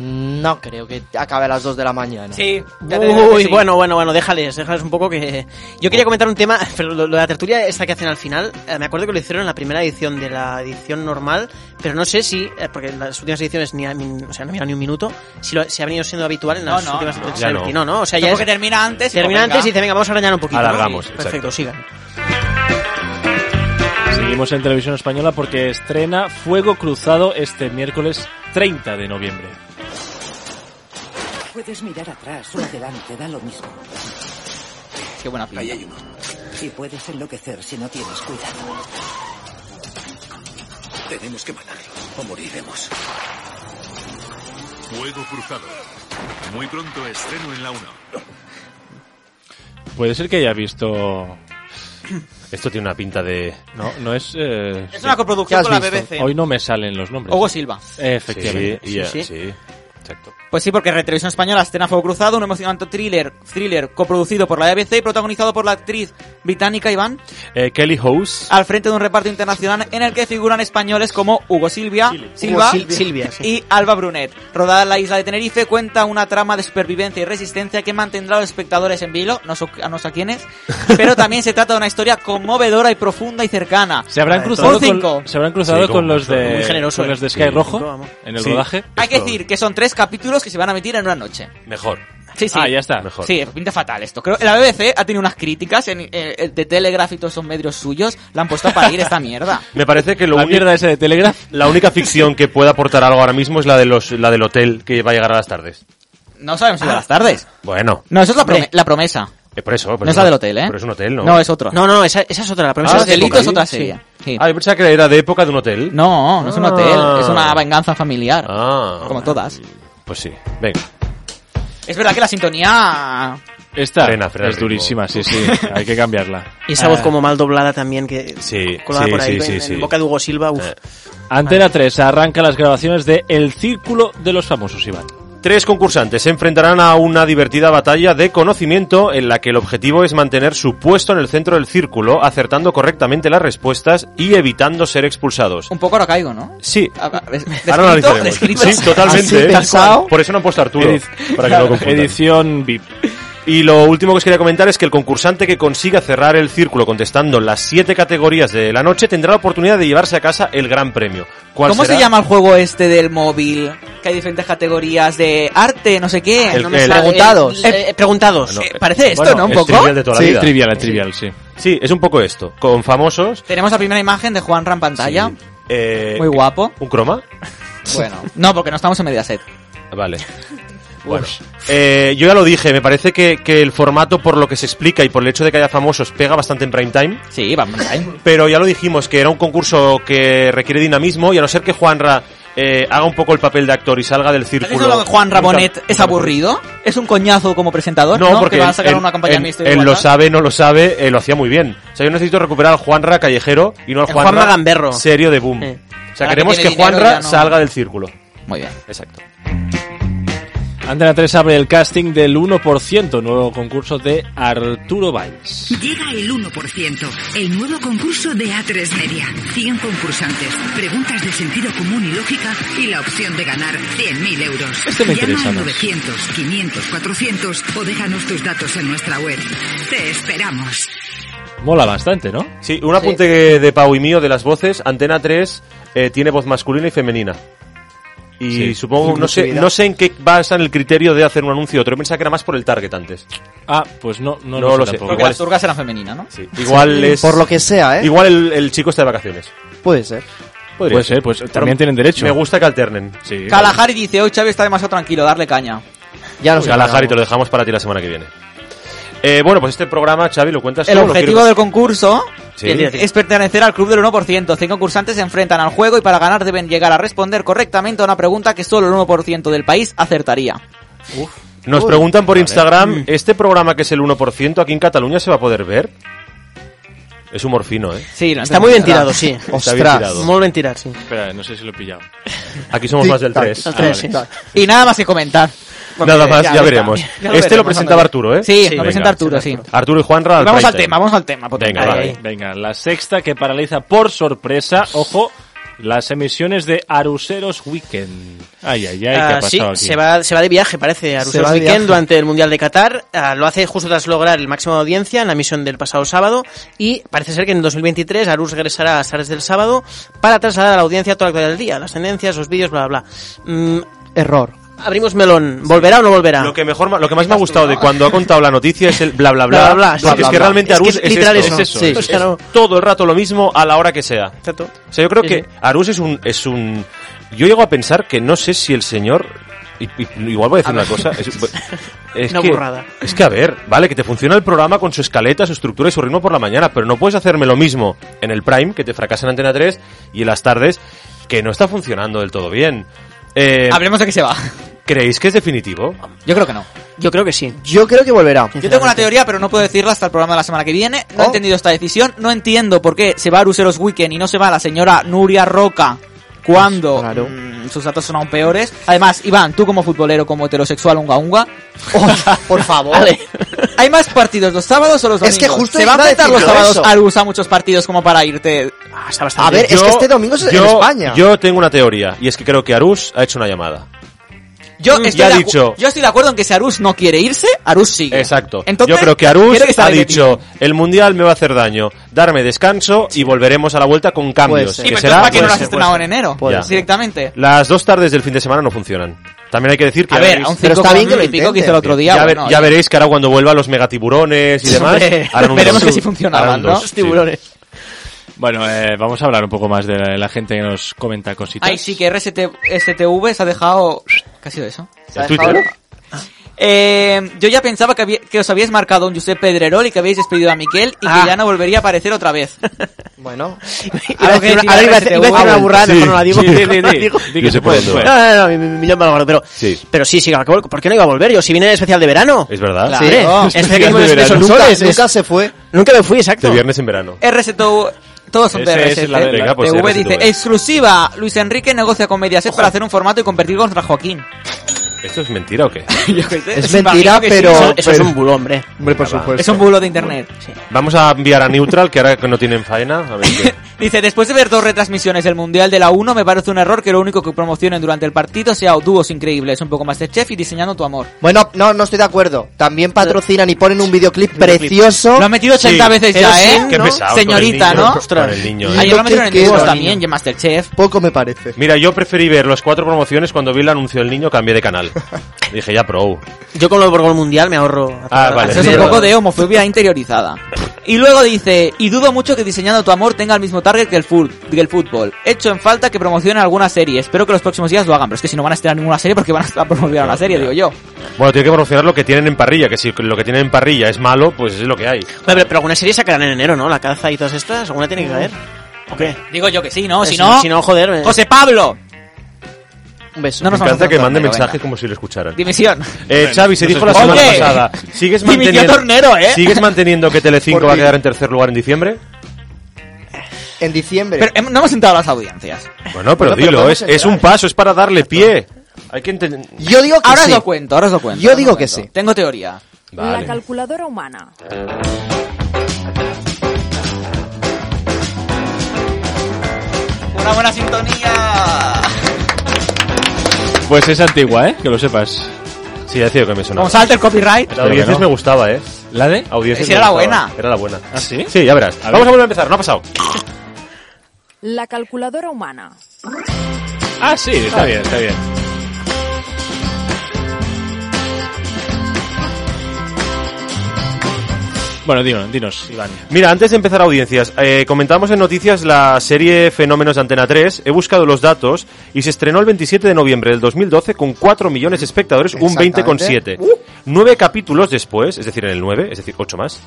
No creo que acabe a las 2 de la mañana. Sí, ya te digo que Uy, sí. bueno, bueno, bueno, déjales, déjales un poco que... Yo quería comentar un tema, pero lo, lo de la tertulia esta que hacen al final, eh, me acuerdo que lo hicieron en la primera edición de la edición normal, pero no sé si, eh, porque en las últimas ediciones ni, ha- ni- o sea, no mira ni un minuto, si lo, se ha venido siendo habitual en las No, no, últimas no. ediciones. Ya no. no, no, o sea, ya Como es- que termina antes. y termina pues, antes y venga. dice, venga, vamos a arañar un poquito. ¿no? Alargamos, Sí, exacto. Perfecto, sigan. Seguimos en televisión española porque estrena Fuego Cruzado este miércoles 30 de noviembre. Puedes mirar atrás o adelante, da lo mismo. Qué buena pinta. Ahí hay uno. Y puedes enloquecer si no tienes cuidado. Tenemos que matarlo o moriremos. Fuego cruzado. Muy pronto estreno en la 1. Puede ser que haya visto... Esto tiene una pinta de... No, no es... eh, Es una ¿Qué coproducción has con la visto? BBC. Hoy no me salen los nombres. Hugo Silva. Efectivamente. Sí, ya, sí. sí. Exacto. Pues sí, porque Retelevisión Española estrena Fuego Cruzado, un emocionante thriller, thriller coproducido por la BBC y protagonizado por la actriz británica Iván, Eh, Kelly House. al frente de un reparto internacional en el que figuran españoles como Hugo Silvia, Silva, Sil- Silvia, sí. y Alba Brunet. Rodada en la isla de Tenerife, cuenta una trama de supervivencia y resistencia que mantendrá a los espectadores en vilo, no, so- no sé a quiénes, pero también se trata de una historia conmovedora y profunda y cercana. Se habrán Ah, cruzado, todo cinco. con, se habrán cruzado Sí, como con los de muy generoso, con eh. los de Sky Sí. Rojo No, vamos. en el Sí. rodaje. Hay que decir que son tres capítulos que se van a emitir en una noche. Mejor. Sí, sí. Ah, ya está. Mejor. Sí, pinta fatal esto. Creo la BBC ha tenido unas críticas en, eh, de Telegraph y todos esos medios suyos. La han puesto a parir esta mierda. Me parece que lo La único... mierda esa de Telegraph. La única ficción que puede aportar algo ahora mismo es la de los la del hotel que va a llegar a las tardes. No sabemos si de las tardes. Bueno, No, eso es la, prome- la promesa. eh, por eso. No por es eso. la del hotel, ¿eh? Pero es un hotel, ¿no? No, es otro. No, no, esa, esa es otra, la promesa Ah, de el delito Apocalipsis. es otra serie. Sí. Ah, yo pensaba que era de época de un hotel. No, no es un Ah. hotel. Es una venganza familiar. Ah. Como todas. Pues sí. Venga. Es verdad que la sintonía... Esta Frena, frena es el ritmo. durísima, sí, sí. Hay que cambiarla. Y esa Ah. voz como mal doblada también que Sí, colada sí, por ahí sí, en, sí, en sí. boca de Hugo Silva, uf. Eh. Antena 3 arranca las grabaciones de El Círculo de los Famosos, Iván. Tres concursantes se enfrentarán a una divertida batalla de conocimiento en la que el objetivo es mantener su puesto en el centro del círculo, acertando correctamente las respuestas y evitando ser expulsados. Un poco ahora caigo, ¿no? Sí, A- a- des- ahora lo descrito- analizaremos. descrito. Sí, Así totalmente. ¿eh? pensado. Por eso no han puesto a Arturo, Edic- para que no lo confundan. Edición VIP. Y lo último que os quería comentar es que el concursante que consiga cerrar el círculo contestando las siete categorías de la noche tendrá la oportunidad de llevarse a casa el gran premio. ¿Cuál ¿Cómo será? se llama el juego este del móvil? Que hay diferentes categorías de arte, no sé qué. El- No me el- sale- Preguntados. eh, eh, preguntados. No, Eh, parece esto, bueno, ¿no? Un es poco. trivial de toda la Sí, vida. trivial, trivial, sí. Sí, es un poco esto. Con famosos. Tenemos la primera imagen de Juanra en pantalla. Sí. Eh, Muy guapo. ¿Un croma? Bueno, no, porque no estamos en Mediaset. Vale. Bueno, eh, yo ya lo dije, me parece que, que el formato, por lo que se explica y por el hecho de que haya famosos, pega bastante en prime time. Sí, vamos ahí. Pero ya lo dijimos, que era un concurso que requiere dinamismo y a no ser que Juanra eh, haga un poco el papel de actor y salga del ¿Has círculo. visto lo de Juan Rabonet es aburrido? ¿Es un coñazo como presentador? No, porque que va a sacar él- una campaña él, mixta él de lo igualdad. sabe, no lo sabe, eh, lo hacía muy bien. O sea, yo necesito recuperar al Juanra callejero y no al El Juanra, Juanra gamberro. serio de boom. Eh. O sea, Ahora que queremos que, tiene dinero, Juanra ya no- salga del círculo. Muy bien. Exacto. Antena 3 abre el casting del 1%, nuevo concurso de Arturo Valls. Llega el 1%, el nuevo concurso de A3 Media. 100 concursantes, preguntas de sentido común y lógica y la opción de ganar 100.000 euros. Este me Llama interesa al más. 900, 500, 400 o déjanos tus datos en nuestra web. Te esperamos. Mola bastante, ¿no? Sí, un apunte que- de Pau y mío de las voces. Antena 3 eh, tiene voz masculina y femenina. Y Sí. supongo, no sé, Inclusividad. no sé en qué basan el criterio de hacer un anuncio y otro. Yo pensaba que era más por el target antes. Ah, pues no, no, No lo sé. tampoco. Porque Igual las es- turcas eran femeninas, ¿no? Igual es. Por lo que sea, ¿eh? Igual el, el chico está de vacaciones. Puede ser. Podría Puede ser, pues también tienen derecho. Me gusta que alternen. Sí, Kalahari dice, hoy Xavi está demasiado tranquilo, darle caña. Ya no Pues Kalahari te lo dejamos para ti la semana que viene. Eh, bueno, pues este programa, Xavi, lo cuentas El tú, lo objetivo quiero- del concurso Sí. que es pertenecer al club del 1%. 100 concursantes se enfrentan al juego y para ganar deben llegar a responder correctamente a una pregunta que solo el 1% del país acertaría. Nos preguntan por Mm. Instagram, ¿este programa que es el 1% aquí en Cataluña se va a poder ver? Es humor fino, ¿eh? Sí, no Está muy bien tirado, sí. Está bien Ostras. tirado. Muy bien tirado, sí. Espera, no sé si lo he pillado. Aquí somos más del Ah, 3. El tres, sí. Y nada más que comentar. Porque Nada más, ya, está. veremos. Ya este lo veremos, presentaba hombre. Arturo, ¿eh? Sí, lo Venga. presenta Arturo, sí. Arturo y Juanra. al Vamos al prime time. tema, vamos al tema. potente. Venga, Ahí, vale. ahí. Venga, la sexta que paraliza por sorpresa, ojo, Las emisiones de Aruseros Weekend. Ay, ay, ay, Eh, ¿qué Ah, ha pasado sí, aquí? Se, va, se va de viaje, parece, a Se Rusia va de Weekend viaje. durante el Mundial de Qatar. Ah, lo hace justo tras lograr el máximo de audiencia en la emisión del pasado sábado. Y parece ser que en 2023 Arus regresará a las tardes del sábado para trasladar a la audiencia toda la actualidad del día, las tendencias, los vídeos, bla, bla, bla. Mm, Error. abrimos melón. ¿Volverá o no volverá? Lo que, mejor, ma- lo que más me ha gustado de cuando ha contado la noticia es el bla bla Bla, bla. bla, bla, Porque sí. Bla, es bla, que bla. realmente Es que Arús es, literal esto. eso, sí. es O sea, no- todo el rato lo mismo a la hora que sea. Exacto. O sea, yo creo Sí, que sí. Arús es un, es un. Yo llego a pensar que no sé si el señor. y- y- Igual voy a decir una cosa. Es, pues, es Una que, burrada. Es que, a ver, vale, que te funciona el programa con su escaleta, su estructura y su ritmo por la mañana, pero no puedes hacerme lo mismo en el Prime, que te fracasa en Antena 3, y en las tardes, que no está funcionando del todo bien. Eh, Hablemos de qué se va. ¿Creéis que es definitivo? Yo creo que no. Yo creo que sí. Yo creo que volverá. Yo tengo una teoría, pero no puedo decirla hasta el programa de la semana que viene. No he Oh. entendido esta decisión. No entiendo por qué se va a Aruseros Weekend y no se va la señora Nuria Roca Pues cuando Claro. mm, sus datos son aún peores. Además, Iván, tú como futbolero, como heterosexual unga unga, Por favor. ¿hay más partidos los sábados o los Es domingos? que justo se va a iba a apretar los decirlo sábados eso. Arus a muchos partidos como para irte. Ah, está bastante A ver, es Yo- que este domingo es en yo- España. Yo tengo una teoría, y es que creo que Arús ha hecho una llamada. Yo Mm, estoy, ya de acu- dicho. yo estoy de acuerdo en que si Arus no quiere irse, Arus sigue. Exacto. Entonces, Yo creo que Arús tiene que estar ha ahí metido. dicho, el Mundial me va a hacer daño, darme descanso y volveremos a la vuelta con cambios. ser. Sí, que pero será ¿para qué no pues, lo has estrenado en enero? Pues, Puede ser. Directamente. Las dos tardes del fin de semana no funcionan. También hay que decir que... A ver, Arús- a un Pero está bien que lo 5,9 y pico que intenten. hizo el otro día. ya, ver- bueno, eh. ya veréis que ahora cuando vuelvan los megatiburones y demás... Hombre, harán un veremos dos. que sí funcionaban, Harán un ¿no? dos, Los sí. tiburones. Bueno, eh, vamos a hablar un poco más de la, la gente que nos comenta cositas. Ay, sí, que RST, STV se ha dejado... ¿Qué ha sido eso? ¿El Twitter? Eh, yo ya pensaba que, había- que os habíais marcado un Josep Pedrerol y que habéis despedido a Miquel y Ah. que ya no volvería a aparecer otra vez. Bueno, Iba a Algo que decir una- decir ahora iba a RSTV. decir iba a decir una burrada, mejor no la digo. sí, sí, sí. No la digo. Di pues, que Yo se sé por puede, se dónde va. pues, puede. No, no, no, mi- mi- millón de Álvaro, pero, Sí. pero sí, sí, claro, ¿por qué no iba a volver yo? Si vine en el especial de verano. Es verdad. Claro. Hombre, no. especial que de de verano. nunca, Sonsoles, es- nunca se fue. Nunca me fui, exacto. De viernes en verano. RSTV, todos son de Ese es RSTV. la de- venga, pues TV RSTV. dice, exclusiva, Luis Enrique negocia con Mediaset para hacer un formato y competir contra Joaquín. ¿Esto es mentira o qué? Yo qué sé, Es imagino mentira, que pero- Eso, eso es pero- un bulo, hombre. Hombre, Venga, por va. sí. supuesto. Es un bulo de internet. Vamos a enviar a Neutral, que ahora que no tienen faena. A ver qué- Dice, después de ver dos retransmisiones del Mundial de la 1, me parece un error que lo único que promocionen durante el partido sea dúos increíbles, un poco más de chef y diseñando tu amor. Bueno, no, no estoy de acuerdo. También patrocinan y ponen un videoclip precioso. Lo han metido 80 Sí, veces pero ya, sí, ¿eh? Qué ¿no? pesado. con el Señorita, niño, ¿no? Con el niño. ¿eh? Ayer lo metieron en Qué dúos bonito. también, y en Masterchef. Poco me parece. Mira, yo preferí ver los cuatro promociones cuando vi el anuncio del niño, cambié de canal. Dije, ya pro. Yo con lo del Borgol Mundial me ahorro. Ah, vale. Eso es un mierda. poco de homofobia interiorizada. Y luego dice, y dudo mucho que diseñando tu amor tenga el mismo target que el, ful- que el fútbol. Hecho en falta que promocionen alguna serie. Espero que los próximos días lo hagan, pero es que si no van a estrenar ninguna serie, porque van a estar promocionando una serie, digo yo. Bueno, tiene que promocionar lo que tienen en parrilla, que si lo que tienen en parrilla es malo, pues es lo que hay. Hombre, Pero, pero alguna serie sacarán en enero, ¿no? La caza y todas estas, alguna tiene que caer. ¿O qué? Digo yo que sí, ¿no? Pues Si si no- no... si no, joder, me- José Pablo. Un beso. No Me nos vamos encanta a que mande torneo, mensajes venga. como si lo escucharan. Dimisión. Eh, Xavi, se dijo la Hombre. semana pasada. ¿Sigues Dimitió manteniendo, Tornero, ¿eh? ¿Sigues manteniendo que Telecinco Por va a fin. quedar en tercer lugar en diciembre? En diciembre. Pero hem- no hemos sentado a las audiencias. Bueno, pero Bueno, pero dilo, es, podemos es entrar, un ¿eh? paso, es para darle pie. Hay que entender. yo digo que Ahora os sí. lo cuento, ahora os lo cuento. Yo ahora os digo lo que cuento. sí. Tengo teoría. La Vale. calculadora humana. Una buena sintonía. Pues es antigua, ¿eh? Que lo sepas. Sí, decía que me sonaba. Como salta el copyright. La audiencia me gustaba, ¿eh? ¿La de? Audiencias Esa me era la gustaba. buena. Era la buena. ¿Ah, sí? Sí, ya verás. A Vamos ver. a volver a empezar, no ha pasado. La calculadora humana. Ah, sí, está bien, está bien. Bueno, dinos, dinos Iván. Mira, antes de empezar audiencias, eh, comentamos en noticias la serie Fenómenos de Antena 3. He buscado los datos y se estrenó el 27 de noviembre del 2012 con 4 millones de espectadores, un Exactamente. 20,7. Uh. Nueve capítulos después, es decir, en el 9, es decir, 8 más,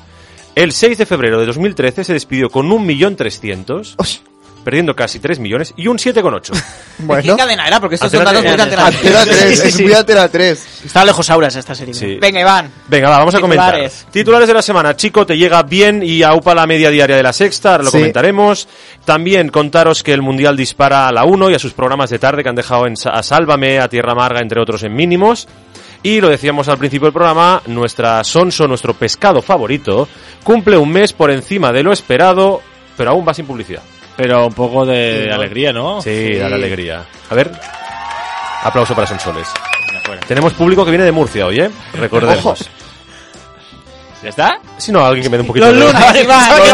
el 6 de febrero de 2013 se despidió con 1.300.000, Uy, perdiendo casi 3 millones y un 7,8. Bueno. ¿Qué cadena era? Porque estos son Antena datos muy tres. de Antena tres. Antena 3, Sí, es sí. muy Antena 3. Estaba lejos auras esta serie. Sí. Venga, Iván. Venga, va, vamos a comentar. Titulares. Titulares de la semana. Chico, te llega bien y aupa la media diaria de la sexta, ahora lo Sí. comentaremos. También contaros que el Mundial dispara a la 1 y a sus programas de tarde que han dejado en, Sa- a Sálvame, a Tierra Amarga, entre otros en mínimos. Y lo decíamos al principio del programa, nuestra Sonso, nuestro pescado favorito, cumple un mes por encima de lo esperado, pero aún va sin publicidad. Pero un poco de alegría, ¿no? Sí, da la alegría. A ver, aplauso para Sonsoles. Tenemos público que viene de Murcia hoy, ¿eh? Recordemos. Ojo. ¿Ya está? Si no, alguien que me dé un poquito de...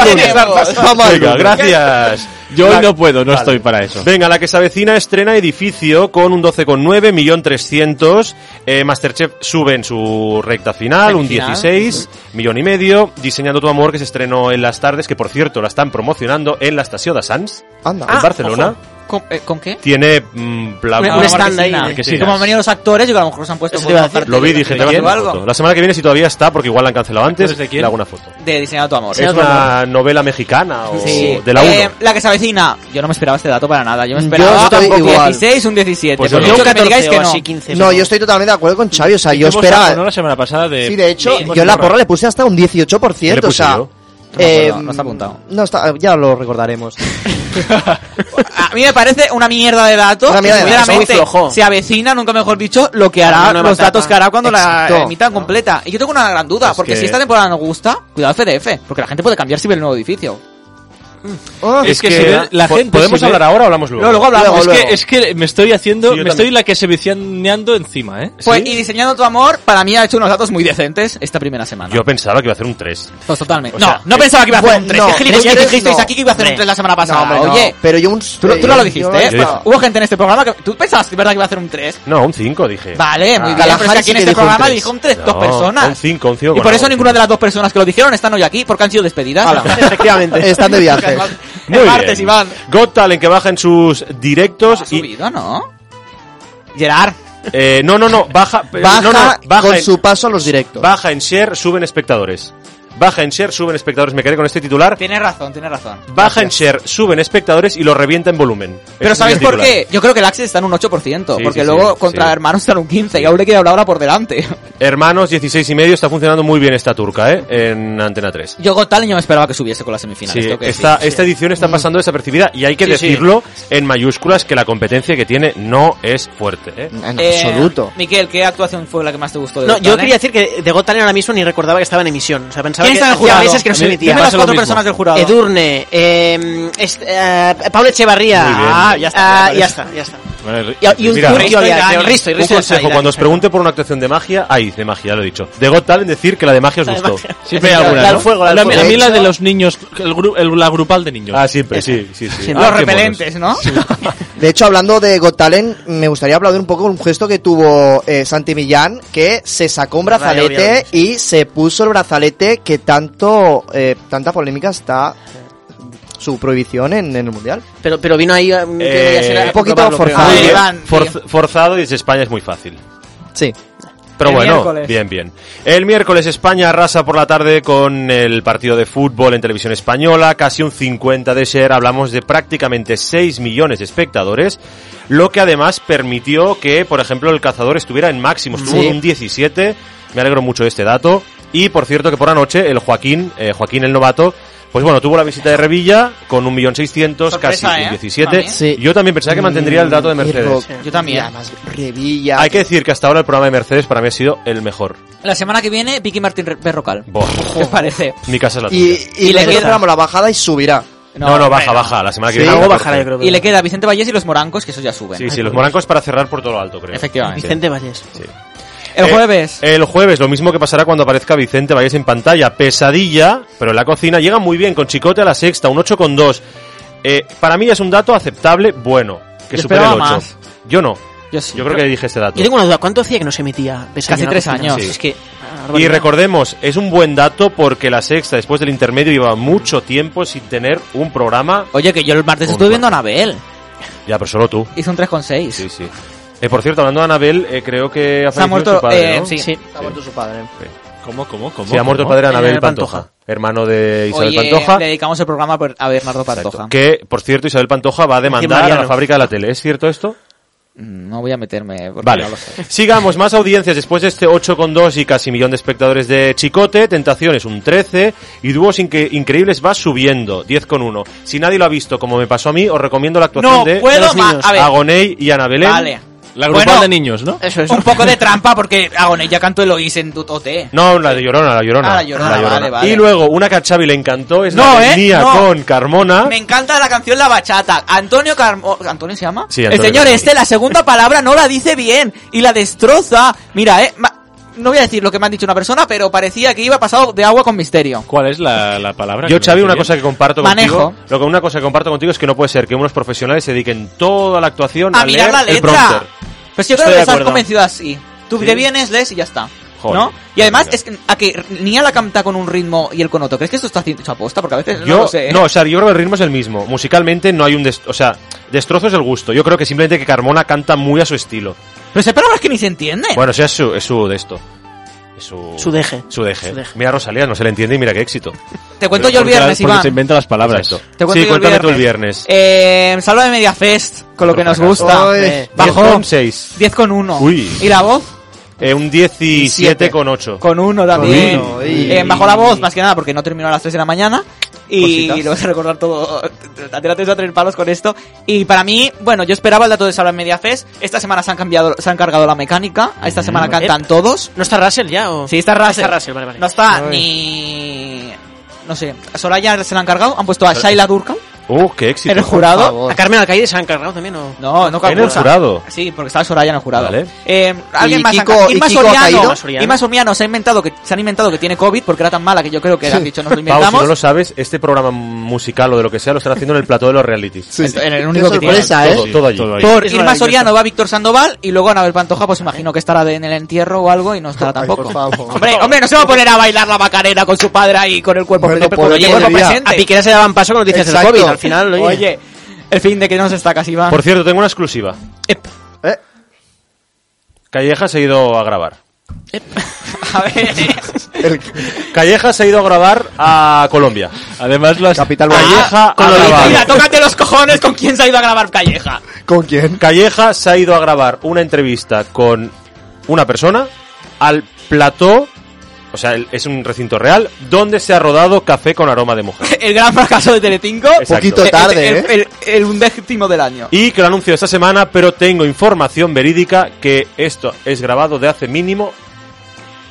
Vamos, Venga, gracias. Yo hoy La- no puedo, no Vale. estoy para eso. Venga, la que se avecina estrena edificio con un 12,9, millón 300. Eh, Masterchef sube en su recta final, un Final. 16, millón y medio. Diseñando tu amor, que se estrenó en las tardes, que por cierto la están promocionando en la Estación de Sants, Anda. en Barcelona. ojo. ¿Con, eh, con qué? Tiene mm, bla- Una- bla- un bla- stand ahí. marquesina. Marquesinas. Como han venido los actores, yo que a lo mejor se han puesto Eso por te iba a una decir. parte Lo vi, de- dije, de- te voy a hacer de una algo. foto. La semana que viene, si todavía está, porque igual la han cancelado antes, ¿De quién? le hago una foto. De diseñado tu amor. Es una novela mexicana o de la 1. Eh, la que se avecina. Yo no me esperaba este dato para nada. Yo me esperaba Yo estoy un igual. 16, un 17. Pues Por yo no. mucho que me digáis que no. así, 15. No, yo estoy totalmente de acuerdo con Xavi, o sea, yo Hicimos algo, ¿no? esperaba... la semana pasada de... Sí, de hecho, Sí, yo la porra le puse hasta un ¿Qué le 18%, o puse sea... eh, yo? No me acuerdo, no está apuntado. No está, ya lo recordaremos. A mí me parece una mierda de dato. Una mierda de que dato, seguramente muy flojo. se avecina, nunca mejor dicho, lo que hará, Una nueva los etapa. datos que hará cuando la Exacto. emitan completa. Y yo tengo una gran duda, Es porque que- si esta temporada no gusta, cuidado CDF, porque la gente puede cambiar si ve el nuevo edificio. Ah, Es que si ve la po- gente, ¿Podemos si ve- hablar ahora o hablamos luego? No, luego hablamos. Luego, Es luego. que, es que me estoy haciendo, Sí, yo me estoy también. la que se vicianeando encima, ¿eh? Pues, ¿Sí? y diseñando tu amor, para mí ha hecho unos datos muy decentes esta primera semana. Yo pensaba que iba a hacer un 3. Pues totalmente. O no, sea, no pensaba que iba a hacer bueno, un 3. no, Es gilipollas tres que no. dijisteis aquí que iba a hacer un 3 la semana No, pasada. hombre, no. Oye, pero yo un... tú, no- tú no yo- lo yo- dijiste, ¿eh? yo- Hubo gente en este programa que... ¿Tú pensabas de verdad que iba a hacer un 3? No, un 5 dije. Vale, muy bien. Kalahari Pero es que aquí Ah. sí en que este dijo un programa tres. dijo un 3, dos No, personas. un cinco, un cinco Y con por algo, eso un ninguna cinco. de las dos personas que lo dijeron están hoy aquí porque han sido despedidas. Efectivamente. Están de viaje. Muy el bien. martes, Iván. Got Talent que baja en sus directos Ha y subido, ¿no? Gerard. eh, no, no, no, baja, eh, Baja, no, no, baja con en, su paso a los directos. baja en share, suben espectadores. Baja en share, suben espectadores, me quedé con este titular. Tienes razón, tienes razón. Baja en share, suben espectadores y lo revienta en volumen. Ese Pero es ¿sabéis el por titular. qué? Yo creo que el Axis está en un 8%, Sí, porque sí, luego sí, contra sí. hermanos están un 15 y aún le queda una hora por delante. Hermanos 16 y medio está funcionando muy bien esta turca, ¿eh? En Antena 3. Yo Gotal yo me esperaba que subiese con las semifinales. Sí, tengo que decir. esta, esta edición está pasando desapercibida y hay que Mm. Sí, sí. decirlo en mayúsculas que la competencia que tiene no es fuerte. ¿eh? En Eh, absoluto. Miquel, ¿qué actuación fue la que más te gustó de No, Got yo Talent? quería decir que de Got Talent ahora mismo ni recordaba que estaba en emisión. O sea, pensaba ¿Quién que está en el hacía jurado? meses que no se A mí- emitía. dime las Pasa lo cuatro mismo. personas del jurado. Edurne, eh, este, eh, Pablo Echevarría. Muy bien. Ah, ya está. vale. ya está, ya está. Bueno, Y, y un Mira, Turki Risto Olea, Irani. creo, Risto, Un Risto consejo, Irani. cuando os pregunte por una actuación de magia, ay, de magia, lo he dicho. De Got Talent decir que la de magia os La de gustó. magia. siempre hay alguna, La del ¿no? fuego, la del a, mí, fuego. a mí la de los niños, el gru- el- la grupal de niños. Ah, siempre, sí, sí, sí. Los Ah, qué repelentes, ¿no? De hecho, hablando de Got Talent, me gustaría aplaudir un poco un gesto que tuvo eh, Santi Millán, que se sacó un brazalete y se puso el brazalete que tanto eh, tanta polémica está su prohibición en, en el Mundial. Pero, pero vino ahí. eh, que Eh, voy a ser a un ¿eh? poquito comprobarlo, creo. forzado. monos. Muy Bien, Iván, forz- bien. forzado y desde España es muy fácil. Sí. Pero El bueno, miércoles. bien, bien. El miércoles España arrasa por la tarde con el partido de fútbol en televisión española, casi un 50 de share, hablamos de prácticamente 6 millones de espectadores, lo que además permitió que, por ejemplo, el cazador estuviera en máximo, estuvo Sí. en un 17, me alegro mucho de este dato, y por cierto que por anoche el Joaquín, eh, Joaquín el novato, pues bueno, tuvo la visita de Revilla con un millón seiscientos, casi Sorpresa, ¿eh? un 17. También. Sí. Mm, Yo también pensaba que mantendría el dato de Y Mercedes. Ro- Yo también. y además, Revilla. Hay que decir que hasta ahora el programa de Mercedes para mí ha sido el mejor. La semana que viene, Vicky Martín Re- Berrocal. Buah. ¿Qué os parece? Mi casa es la Y, tuya. y Y le le queda- quedamos la bajada y subirá. No, no, baja, hombre, baja. La semana que Sí, viene. algo corta. bajará, yo creo. Y le queda Vicente Vallés y los morancos, que eso ya suben. Sí, sí, los morancos para cerrar por todo lo alto, creo. Efectivamente. Vicente Vallés. El Eh, jueves. El jueves, lo mismo que pasará cuando aparezca Vicente Valles en pantalla. Pesadilla, pero en la cocina llega muy bien, con Chicote a la sexta, un 8,2. Eh, para mí es un dato aceptable, bueno, que Yo supera el 8. esperaba más. Yo no. yo sí. Yo creo que dije este dato. Yo tengo una duda, ¿cuánto hacía que no se emitía? Pesadilla Casi en la tres cocina? años. Es que. Y barbaridad. recordemos, es un buen dato porque la sexta, después del intermedio, lleva mucho tiempo sin tener un programa. Oye, que yo el martes Un estuve cuarto. viendo a Anabel. Ya, pero solo tú. Hizo un 3,6. Sí, sí. Eh, por cierto, hablando de Anabel, eh, creo que ha Se ha fallecido muerto. su padre, eh, ¿no? sí. Ha muerto su padre. ¿Cómo, cómo, cómo? Sí, ha muerto el cómo? padre de Anabel Anabel Pantoja, Pantoja. hermano de Isabel Oye, Pantoja. le dedicamos el programa por- a Bernardo Exacto. Pantoja. Que, por cierto, Isabel Pantoja va a demandar a la Mariano. fábrica de la tele. ¿Es cierto esto? Mm, No voy a meterme. Porque Vale. no lo sé. Sigamos, más audiencias después de este 8,2 y casi millón de espectadores de Chicote. Tentaciones, un 13. Y dúos Inque- increíbles va subiendo, 10,1. Si nadie lo ha visto, como me pasó a mí, os recomiendo la actuación No de puedo los más. niños. A ver. Agoney y Ana Belén. Vale. La grupal Bueno, de niños, eh, ¿no? Eso Un poco de trampa porque Agones ya cantó Eloise en tu OT. No, la de Llorona, la Llorona. Ah, La Llorona, vale, vale. Y luego, una que a Xavi le encantó es No, la de ¿eh? Nia No. con Carmona. Me encanta la canción La Bachata. Antonio Carmo... ¿Antonio se llama? Sí, Antonio. El señor este, la segunda palabra no la dice bien y la destroza. Mira, eh, ma- no voy a decir lo que me han dicho una persona, pero parecía que iba pasado de agua con misterio. ¿Cuál es la, la palabra? que Yo, no Xavi, sé una bien? cosa que comparto Manejo. contigo. Lo que una cosa que comparto contigo es que no puede ser que unos profesionales se dediquen toda la actuación A a, mirar leer la el letra. prompter. Pues yo creo Estoy de que estás acuerdo. convencido así. Tú Sí. te vienes, lees y ya está. Joder, ¿No? Y además, mira. es que, a que Nia la canta con un ritmo y el con otro. ¿Crees que esto está haciendo hecho aposta? Porque a veces Yo, no lo sé. ¿eh? no, o sea, yo creo que el ritmo es el mismo. Musicalmente no hay un... des- o sea, destrozo es el gusto. Yo creo que simplemente que Carmona canta muy a su estilo. Pero hay palabras que ni se entienden. Bueno, o sea, es su, es su de esto. Es su... Su deje. Su deje. Su deje. Mira a Rosalía, no se le entiende y mira qué éxito. te cuento Pero yo porque el la- viernes, porque Iván. se inventan las palabras. Exacto. Te cuento sí, yo el cuéntame tú el viernes. viernes. Eh, Salva de Media Fest, con lo que nos gusta. Ay. Eh, Bajó. 6. 10 con 1. Uy. ¿Y la voz? Eh, un 17 con 8. Con 1 también. uno, y- Eh, bajó la voz, más que nada, porque no terminó a las 3 de la mañana. Y Cositas. lo vas a recordar todo. Te la tienes a tres palos con esto. Y para mí, bueno, yo esperaba el dato de Salva de Media Fest. Esta semana se han cambiado, se han cargado la mecánica. Esta semana cantan todos. ¿No está Russell ya? O... Sí, está Russell. Está Russell, vale, vale. No está Ay. ni. No sé. A Soraya se la han cargado. Han puesto a Shaila Durkan Uh, qué éxito. en el jurado. favor. ¿A Carmen Alcaide se han cargado también o...? No, no En el calcula. jurado. Sí, porque estaba Soraya en el jurado. Vale. Eh, alguien ¿Y más. Kiko- acá. y Inma Kiko ha Soriano, caído? Soriano. Inma Soriano se ha inventado que se han inventado que tiene COVID porque era tan mala que yo creo que han dicho nos lo Pau, si inventamos. no lo sabes, este programa musical o de lo que sea lo están haciendo en el plató de los realities. en el único Qué que tiene. sorpresa, Todo, ¿eh? todo allí. Todo ahí. Por Es Irma maravilloso. Soriano va Víctor Sandoval y luego Anabel Pantoja, pues imagino que estará de- en el entierro o algo y no estará Ay, tampoco. por favor. Hombre, hombre, no se va a poner a bailar la macarena con su padre ahí con el cuerpo, Bueno, presente, por porque el otro cuerpo día. presente. A Piquera se daban paso con noticias Exacto. del COVID. Al final, oye. Oye, el fin de que nos está casi va. Por cierto, tengo una exclusiva. ¿Eh? Callejas se ha ido a grabar. A ver. El Callejas se ha ido a grabar a Colombia. Ah, Además, las, Ah. capital Vallejo. Calleja con ha grabado. Mira, tócate los cojones con quién se ha ido a grabar Calleja. ¿Con quién? Calleja se ha ido a grabar una entrevista con una persona al plató, o sea, el- es un recinto real, donde se ha rodado Café con aroma de mujer. El gran fracaso de Telecinco. Exacto. Poquito tarde, el, ¿eh? el- el- el undécimo del año. Y que lo anuncio esta semana, pero tengo información verídica que esto es grabado de hace mínimo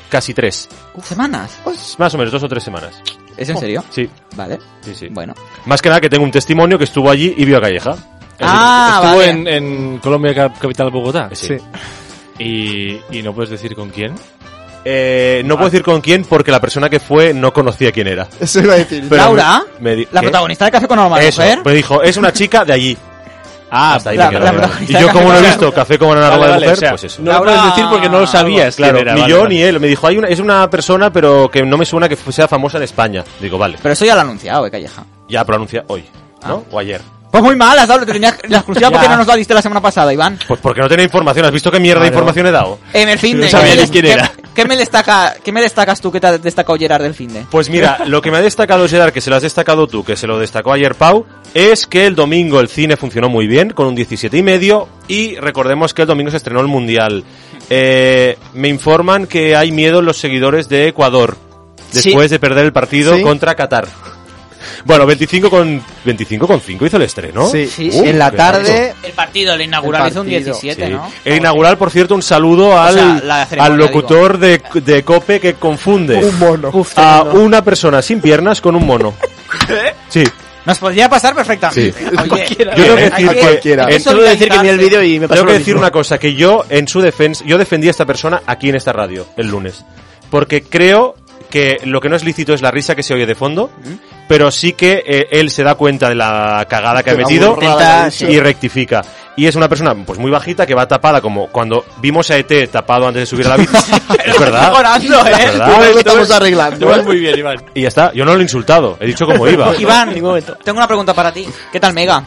casi tres, ¿Semanas? Pues más o menos dos o tres semanas. ¿Es en serio? Sí, Vale. sí, sí. Bueno. Más que nada que tengo un testimonio que estuvo allí y vio a Calleja. Ah, estuvo vale. en, en Colombia cap- capital Bogotá. Sí. Y, y no puedes decir con quién. Eh, no puedo decir con quién porque la persona que fue no conocía quién era. Eso iba a decir. Pero Ah, Laura, me- me di- la ¿Qué? protagonista de Café con Norma Eso, Mujer. pero dijo, es una chica de allí. Ah, hasta ahí la- me quedo la yo. protagonista Y de yo Café como no he con visto Café con una Vale, aroma de vale, mujer, o sea, pues eso. No lo puedes decir porque no lo sabías. Claro, quién era, ni vale, yo vale. ni él. Me dijo, hay una, es una persona, pero que no me suena que fu- sea famosa en España. Digo, vale, Pero eso ya lo ha anunciado, eh, Calleja. ya, pero anuncia hoy, ¿no? Ah. O ayer. Pues muy mal, has dado te tenías la exclusiva Ya. porque no nos la diste la semana pasada, Iván. Eh, Pues porque no tenía información. ¿Has visto qué mierda de información he dado? En el fin de. No sabía ¿qué ni me- quién qué- era. ¿Qué me destaca, qué me destacas tú que te ha destacado Gerard del fin de? Pues mira, lo que me ha destacado Gerard, que se lo has destacado tú, que se lo destacó ayer Pau, es que el domingo el cine funcionó muy bien, con un 17 y medio, y recordemos que el domingo se estrenó el Mundial. Eh, me informan que hay miedo en los seguidores de Ecuador, después de perder el partido Sí. contra Qatar. Bueno, 25 con, 25 con 5 hizo el estreno. Sí. Sí, sí. en la Uh, qué tarde. El partido, el inaugural El hizo un partido, 17, Sí. ¿no? E inaugural, por cierto, un saludo al, sea, la ceremonia, al locutor de, de Cope que confunde Un mono. a una persona sin piernas con un mono. Sí. Nos podría pasar perfectamente. Oye, Yo tengo que decir Hay que- cualquiera. en- Eso Solo decir que miré el olvidarse. vídeo y me pasó tengo que lo decir mismo. una cosa, que yo en su defensa, yo defendí a esta persona aquí en esta radio el lunes, porque creo que lo que no es lícito es la risa que se oye de fondo, pero sí que eh, él se da cuenta de la cagada que ha La metido burrada Ah, que ha y rectifica. Y es una persona pues muy bajita que va tapada como cuando vimos a ET tapado antes de subir a la bici. es verdad. mejorando, ¿eh? Es Luego verdad. lo estamos arreglando. ¿eh? muy bien, Iván. Y ya está, yo no lo he insultado, he dicho como iba. Iván, tengo una pregunta para ti. ¿Qué tal Mega?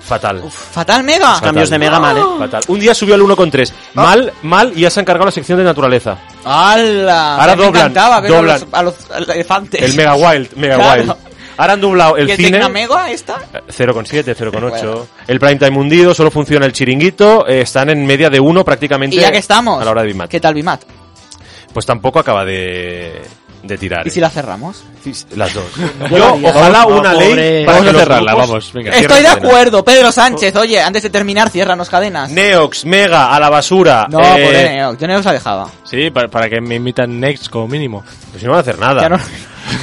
Fatal. ¿Fatal Mega? Ah. Fatal. Cambios de mega mal, ¿eh? Fatal. Un día subió al 1,3. Mal, mal, y ya se han cargado la sección de naturaleza. ¡Hala! Ahora A mí me doblan, encantaba ver a los- doblan. A, los, a los elefantes. El Mega Wild, Mega Claro. Wild. Ahora han doblado el, ¿Y el cine. Eh, Tecnamega esta? 0,7, 0,8. Bueno. El prime time hundido, solo funciona el chiringuito. eh, están en media de 1 prácticamente. Y ya que estamos. A la hora de Bimat. ¿Qué tal Bimat? Pues tampoco acaba de. de tirar. ¿Y si la cerramos? Las dos. No, Yo, no, ojalá no, una pobre. ley. Vamos que a los cerrarla, grupos vamos, venga. cierren Estoy de cadenas. acuerdo, Pedro Sánchez. Oye, antes de terminar, ciérranos cadenas. Neox, Mega, a la basura. No, eh, pobre Neox. Yo Neox la dejaba. Sí, para, para que me invitan Next como mínimo. Pues si no van a hacer Ya nada. no-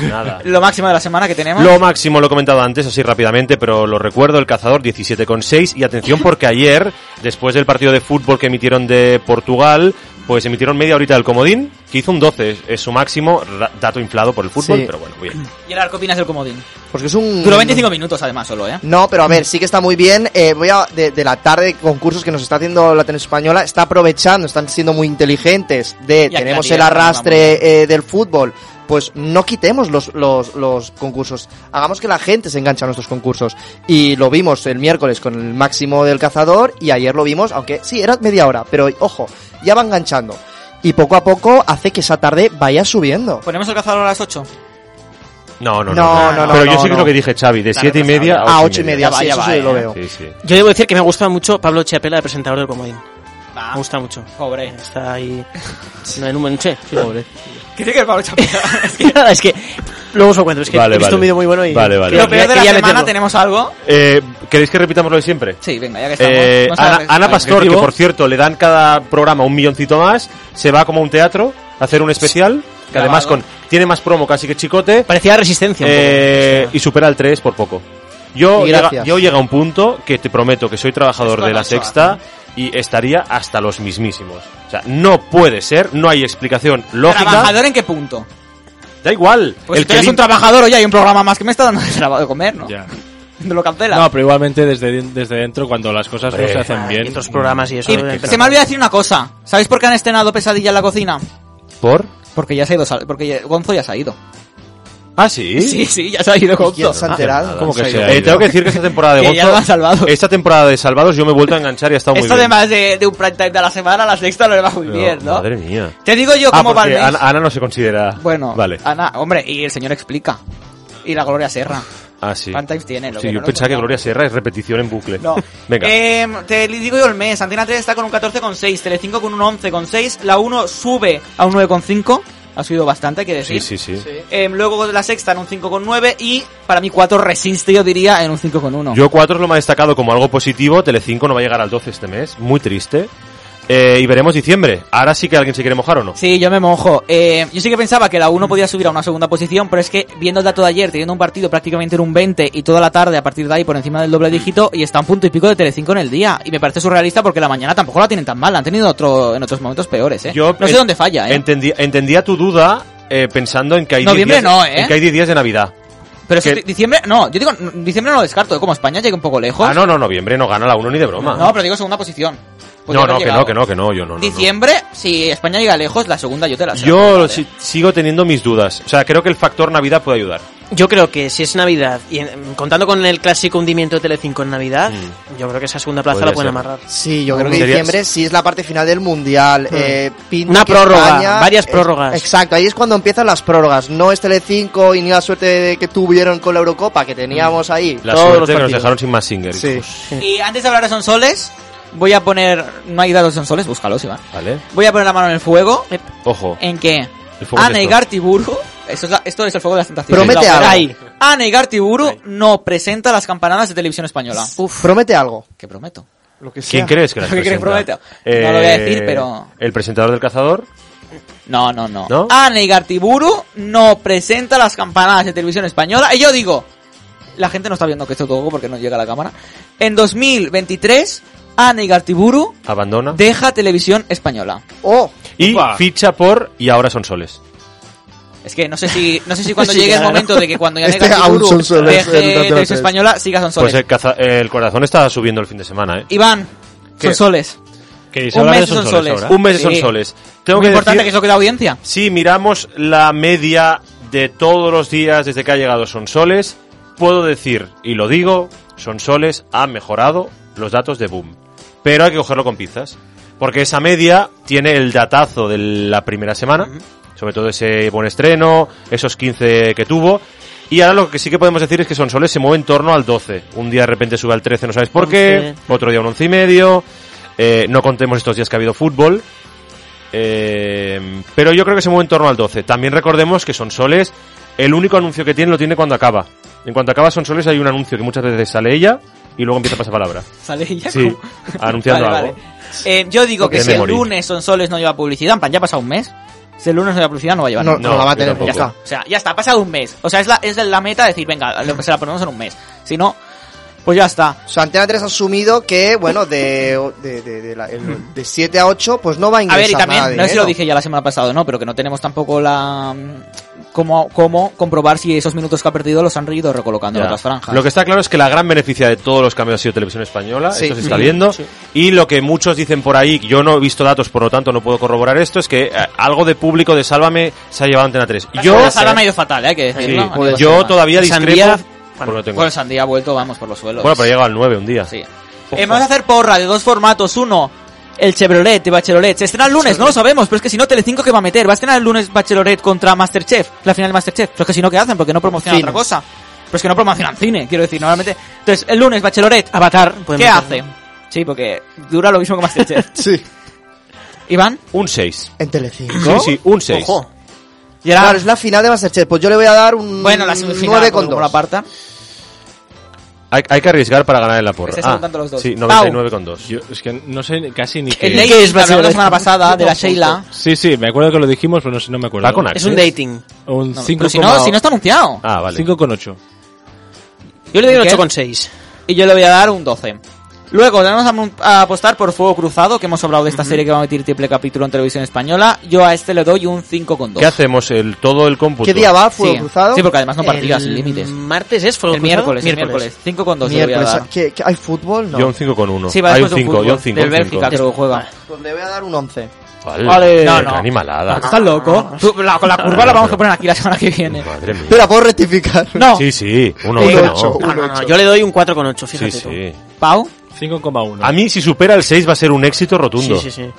Nada. Lo máximo de la semana que tenemos. Lo máximo lo he comentado antes, así rápidamente, pero lo recuerdo, el cazador 17,6 y atención porque ayer, después del partido de fútbol que emitieron de Portugal, pues emitieron media horita del comodín, que hizo un 12, es su máximo, ra- dato inflado por el fútbol, Sí. pero bueno, bien. ¿Y el arco opinas del comodín? Porque es un... Duró 25 minutos además solo, ¿eh? No, pero a ver, sí que está muy bien. Eh, voy a, de, de la tarde de concursos que nos está haciendo la televisión española, está aprovechando, están siendo muy inteligentes de aquí la tenemos el tierra, vamos. arrastre eh, del fútbol. Pues no quitemos los, los, los concursos, hagamos que la gente se enganche a nuestros concursos. Y lo vimos el miércoles con el máximo del cazador y ayer lo vimos, aunque sí, era media hora, pero ojo, ya va enganchando. Y poco a poco hace que esa tarde vaya subiendo. Ponemos el cazador a las 8. No, no, no. No, no, no, pero yo no, sí que no. lo que dije, Xavi, de Claro, 7 y pues media A ocho y media, Ya sí, va, eso ya sí va, lo eh. veo. Sí, sí. Yo debo decir que me gusta mucho Pablo Chiapela, el presentador del Comodín. Va. Me gusta mucho. Pobre. Está ahí en un buen che. Pobre. ¿Qué tiene que ver Pablo Chapela? Es que es que luego os lo cuento. Es que Vale, he visto vale. un vídeo muy bueno y. Vale, vale. Lo Pero peor de la quería semana, meterlo. ¿tenemos algo? Eh, ¿Queréis que repitamos lo de siempre? Sí, venga, ya que estamos. Eh, Vamos a Ana, ver- Ana al Pastor, que objetivo. por cierto le dan cada programa un milloncito más, se va como a un teatro a hacer un especial, que además con Grabado. tiene más promo casi que Chicote, Parecía resistencia. un poco. eh, y supera el 3 por poco. Yo Y llega, gracias. yo llega a un punto que te prometo que soy trabajador Esto de no la se sexta y estaría hasta los mismísimos. O sea, no puede ser, no hay explicación lógica. ¿Trabajador en qué punto? Da igual. Pues el tú que eres un lim- trabajador o ya hay un programa más que me está dando de trabajo de comer, ¿no? Ya. No lo cancela. No, pero igualmente desde, desde dentro, cuando las cosas no Hombre. se hacen Ah, bien. y otros programas pues y eso. Y eh, se me ha olvidado decir una cosa. ¿Sabéis por qué han estrenado Pesadilla en la cocina? ¿Por? Porque ya se ha ido, Sal- porque ya- Gonzo ya se ha ido. Ah, sí. Sí, sí, ya se ha ido ¿Quién Gonzo. se ha Ah, enterado? ¿Cómo que se ha Eh, ido? tengo que decir que esta temporada de Que ya Gonzo- lo han salvado. Esta temporada de Salvados yo me he vuelto a enganchar y ha estado muy Esto bien. además de, de un prime time de la semana, a la sexta no le va muy bien, ¿no? Madre mía. Te digo yo cómo ah, va el porque mes. Ana, Ana no se considera. Bueno, ah, Vale. Ana, hombre, y el señor explica. Y la Gloria Serra. Ah, sí. ¿Cuántos tiene? Lo Sí, que yo no lo pensaba que contamos. Gloria Serra es repetición en bucle. No. Venga. Eh, te digo yo el mes. Antena 3 está con un 14,6. Telecinco con un 11,6. La 1 sube a un 9,5. Ha subido bastante, hay que sí, decir. sí, sí, Eh, luego la sexta en un 5,9. Y para mí 4 resiste, yo diría, en un 5,1. Yo 4 es lo más destacado como algo positivo. Telecinco no va a llegar al 12 este mes. Muy triste. Eh, y veremos diciembre. Ahora sí que alguien se quiere mojar o no. Sí, yo me mojo. Eh, yo sí que pensaba que la 1 podía subir a una segunda posición, pero es que viendo el dato de ayer, teniendo un partido prácticamente en un 20 y toda la tarde a partir de ahí por encima del Mm. doble dígito, y está a un punto y pico de Telecinco en el día. Y me parece surrealista porque la mañana tampoco la tienen tan mal, la han tenido otro, en otros momentos peores, ¿eh? Yo no sé en- dónde falla, ¿eh? Entendí- entendía tu duda eh, pensando en que hay 10 Noviembre días, no, ¿eh? en que hay 10 días de Navidad. pero si que- di- diciembre, no, yo digo, n- diciembre no lo descarto, ¿eh? como España llega un poco lejos. Ah, no, no, noviembre no gana la 1 ni de broma. No, pero digo segunda posición. Pues Podría no, haber no, que llegado. no, que no, que no, yo no. no, no. Diciembre, si España llega lejos, la segunda yo te la sé. Yo si- sigo teniendo mis dudas. O sea, creo que el factor Navidad puede ayudar. Yo creo que si es Navidad, y en- contando con el clásico hundimiento de Telecinco en Navidad, yo creo que esa segunda plaza Mm. Podría la pueden ser. amarrar. Sí, yo creo que Sería- diciembre sí es la parte final del mundial. Mm. eh, pinta Una que prórroga, España- varias eh, prórrogas. exacto, ahí es cuando empiezan las prórrogas. No es Telecinco y ni la suerte de que tuvieron con la Eurocopa que Mm. teníamos ahí. La todos los suerte que nos partidos. dejaron sin más Singer. Sí. Y antes de hablar de Sonsoles, voy a poner. No hay datos de Sonsoles, búscalos, Iván. Vale. Voy a poner la mano en el fuego. Ojo. ¿En qué? El fuego es Ana esto. Igartiburu. Esto es, la- esto es el fuego de las tentaciones. Promete La algo. Ferai. Ana Igartiburu no presenta las campanadas de televisión española. Uf. Promete algo. Que prometo. ¿Quién crees que la ¿Qué crees, presenta? Eh, prometo? No lo voy a decir, pero- El presentador del cazador. No, no, no. ¿No? Ana Igartiburu no presenta las campanadas de televisión española. Y yo digo, la gente no está viendo que esto todo porque no llega a la cámara. En 2023, Ana Igartiburu Abandona. deja televisión española. Oh, Y Upa. ficha por y ahora son soles. Es que no sé si, no sé si cuando Sí, llegue el claro. momento de que cuando ya Este Negas aún Iburu son soles, deje el campeonato televisión es. española, siga son soles. Pues el, caza- el corazón está subiendo el fin de semana, ¿eh? Iván, ¿Qué? son soles. ¿Queréis Un hablar mes de son Sonsoles soles. ahora? Un mes de son Sí. soles. Tengo Muy que importante decir, que es lo que da audiencia. si miramos la media de todos los días desde que ha llegado son soles, puedo decir y lo digo, son soles ha mejorado los datos de boom, pero hay que cogerlo con pizzas, porque esa media tiene el datazo de la primera semana, sobre todo ese buen estreno, esos 15 que tuvo. Y ahora lo que sí que podemos decir es que Sonsoles se mueve en torno al 12. Un día de repente sube al 13, no sabes por qué. 11. Otro día un 11 y medio. Eh, no contemos estos días que ha habido fútbol. Eh, pero yo creo que se mueve en torno al 12. También recordemos que Son Soles, el único anuncio que tiene lo tiene cuando acaba. En cuanto acaba Son Soles hay un anuncio que muchas veces sale ella y luego empieza a pasar palabra. Sale ella Sí, como- anunciando Vale, algo. vale. Eh, yo digo Porque que si el me morí. lunes Son Soles no lleva publicidad, en plan, ya ha pasado un mes. Si el lunes no lleva publicidad, no va a llevar. No, nunca. no la va a yo tener tampoco. ya está. O sea, ya está, ha pasado un mes. O sea, es la, es la meta de decir, venga, lo- se la ponemos en un mes. Si no, pues ya está. O sea, Antena 3 ha asumido que, bueno, de, de, de, de la- el- de 7 a 8, pues no va a A ingresar ¿eh? ver, y nada de también, no sé si dinero. lo dije ya la semana pasada, o ¿no? Pero que no tenemos tampoco la. mm, Cómo, cómo comprobar si esos minutos que ha perdido los han ido recolocando en Ya. otras franjas. Lo que está claro es que la gran beneficia de todos los cambios ha sido Televisión Española, Sí. esto se está Sí, viendo, y lo que muchos dicen por ahí, yo no he visto datos, por lo tanto no puedo corroborar esto, es que eh, algo de público de Sálvame se ha llevado Antena 3. Yo, La sala me ha ido fatal, ¿eh? hay que sí, pues decirlo. A nivel yo personal. todavía El discrepo... Sandía- porque no tengo. Bueno, pues Sandía ha vuelto, vamos, por los suelos. Bueno, pero llega al 9 un día. Sí. Eh, vamos a hacer porra de dos formatos. Uno, el Chevrolet de Bachelorette. Se estrena el lunes, no lo sabemos, pero es que si no, Telecinco que va a meter. Va a estrenar el lunes Bachelorette contra Masterchef, la final de Masterchef. Pero es que si no, ¿qué hacen? Porque no promocionan Cine. otra cosa. Pero es que no promocionan cine, quiero decir, normalmente. Entonces, el lunes Bachelorette, Avatar, pueden ¿qué meter- hace? Sí, porque dura lo mismo que Masterchef. Sí. Iván, Un 6. En Telecinco. Sí, sí, un 6. Ojo. Gerard. Claro, es la final de Masterchef. Pues yo le voy a dar un Bueno, la semifinal, 9 como con 2. la aparta. Hay, hay que arriesgar para ganar en la porra. Ah, Se están contando los dos. Sí, Pau. 99 con 2. Yo, mm, es que no sé casi ni El qué. date es que hablamos la Bachelorette? semana pasada, de la Sheila. Sí, sí, me acuerdo que lo dijimos, pero no sé, no me acuerdo. Va con A. Es un dating. Un No, 5,8. pero si no, si no está anunciado. Ah, vale. 5,8. Yo le Yo doy digo un 8,6. y yo le voy a dar un 12. Luego tenemos a mon- a, apostar por Fuego Cruzado, que hemos hablado de esta serie que va a emitir triple capítulo en televisión española. Yo a este le doy un 5,2. ¿Qué hacemos? El, todo el cómputo. ¿Qué día va? ¿Fuego Sí. cruzado? Sí, porque además no partidas El sin límites. Martes es fuego El cruzado? miércoles, el miércoles. 5,2 le voy a Miércoles. dar. ¿Qué- qué- ¿Hay fútbol? No. Yo un 5 con 1. Sí, va Hay después un de un 5, yo Ah, un fútbol, 5. del Bélgica, creo que juega. Pues le voy a dar un 11. Vale. No, No, no. no. animalada. ¿Estás Ah, loco? Tú, la, con la curva la vamos a poner aquí la semana que viene. Madre mía. Espera, ¿puedo rectificar? eh. No, Sí, sí, uno Un bueno. ocho. Ah, No, no, no, yo le doy un 4,8, fíjate Sí, sí. Pau. 5,1. A mí, si supera el 6, va a ser un éxito tú. rotundo. Sí, sí, sí.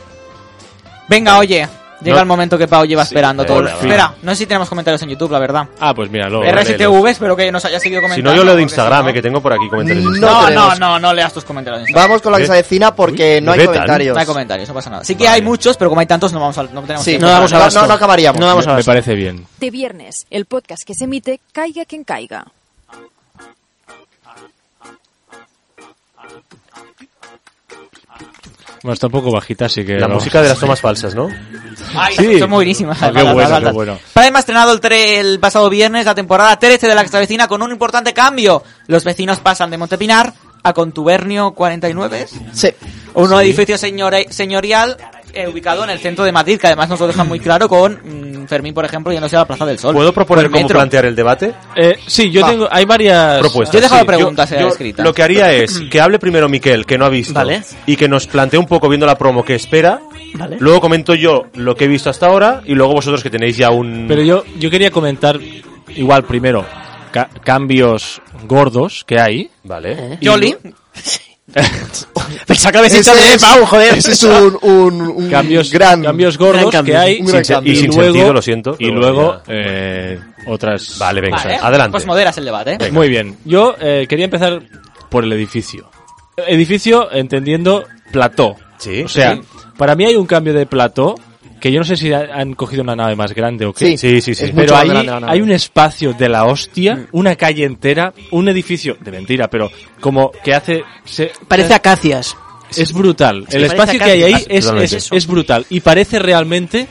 Venga, oye. Llega No. el momento que Pau lleva esperando eh, todo. el- por fin. Espera, no sé si tenemos comentarios en YouTube, la verdad. Ah, pues míralo. RSTV, espero que nos haya seguido Si comentando. no, yo leo de porque Instagram, si no- eh, que tengo por aquí comentarios. de No, Instagram. No, no, tenemos. no, no leas tus comentarios. en Instagram. Vamos con la que ¿Eh? se avecina porque Uy, me no hay vetan. comentarios. No hay comentarios, no pasa nada. Sí que hay muchos, pero como hay tantos, no vamos a, no tenemos Sí, tiempo. No damos no, abasto. no, no acabaríamos. No damos Me, me abasto. parece bien. De viernes, el podcast que se emite, caiga quien caiga. Bueno, está un poco bajita, así que. La vamos. música de las tomas falsas, ¿no? Ay, Sí. son muy buenísimas. Ah, qué Las bueno, altas. qué bueno. Prime ha estrenado el, tre- el pasado viernes la temporada 13 de La Casa Vecina con un importante cambio. Los vecinos pasan de Montepinar a Contubernio 49, Sí. un nuevo edificio señore- señorial eh, ubicado en el centro de Madrid, que además nos lo dejan muy claro con mm, Fermín, por ejemplo, yéndose a la Plaza del Sol. ¿Puedo proponer Por el cómo metro. plantear el debate? Eh, sí, yo Va. tengo. Hay varias. Propuestas. Yo he dejado sí. preguntas eh, Yo escritas. Lo que haría es que hable primero Miquel, que no ha visto, Vale. y que nos plantee un poco viendo la promo que espera. Vale. Luego comento yo lo que he visto hasta ahora y luego vosotros que tenéis ya un... Pero yo, yo quería comentar, igual primero, ca- cambios gordos que hay. Vale. Jolly, Pensaba que habéis Ese hecho de es- Pau, joder. Ese es un, un, un Cambios, gran... cambios gordos gran cambio, que hay. un gran Sin- cambio. Y sin luego- sentido, lo siento, Y pero luego, bueno, ya. eh, otras. Vale, venga, Vale. adelante. pues moderas el debate. Venga. Muy bien. Yo eh, quería empezar por el edificio. Edificio entendiendo plató. Sí. O sea, para mí hay un cambio de plató que yo no sé si ha- han cogido una nave más grande o qué. Sí, Sí, sí, sí. Es mucho Pero más ahí grande la nave. Mm. hay un espacio de la hostia, una calle entera, un edificio de mentira, pero como que hace... se- Parece acacias. ¿eh? es brutal. Sí, el parece espacio que calle. hay ahí Ah, es, totalmente. es, es brutal. Y parece realmente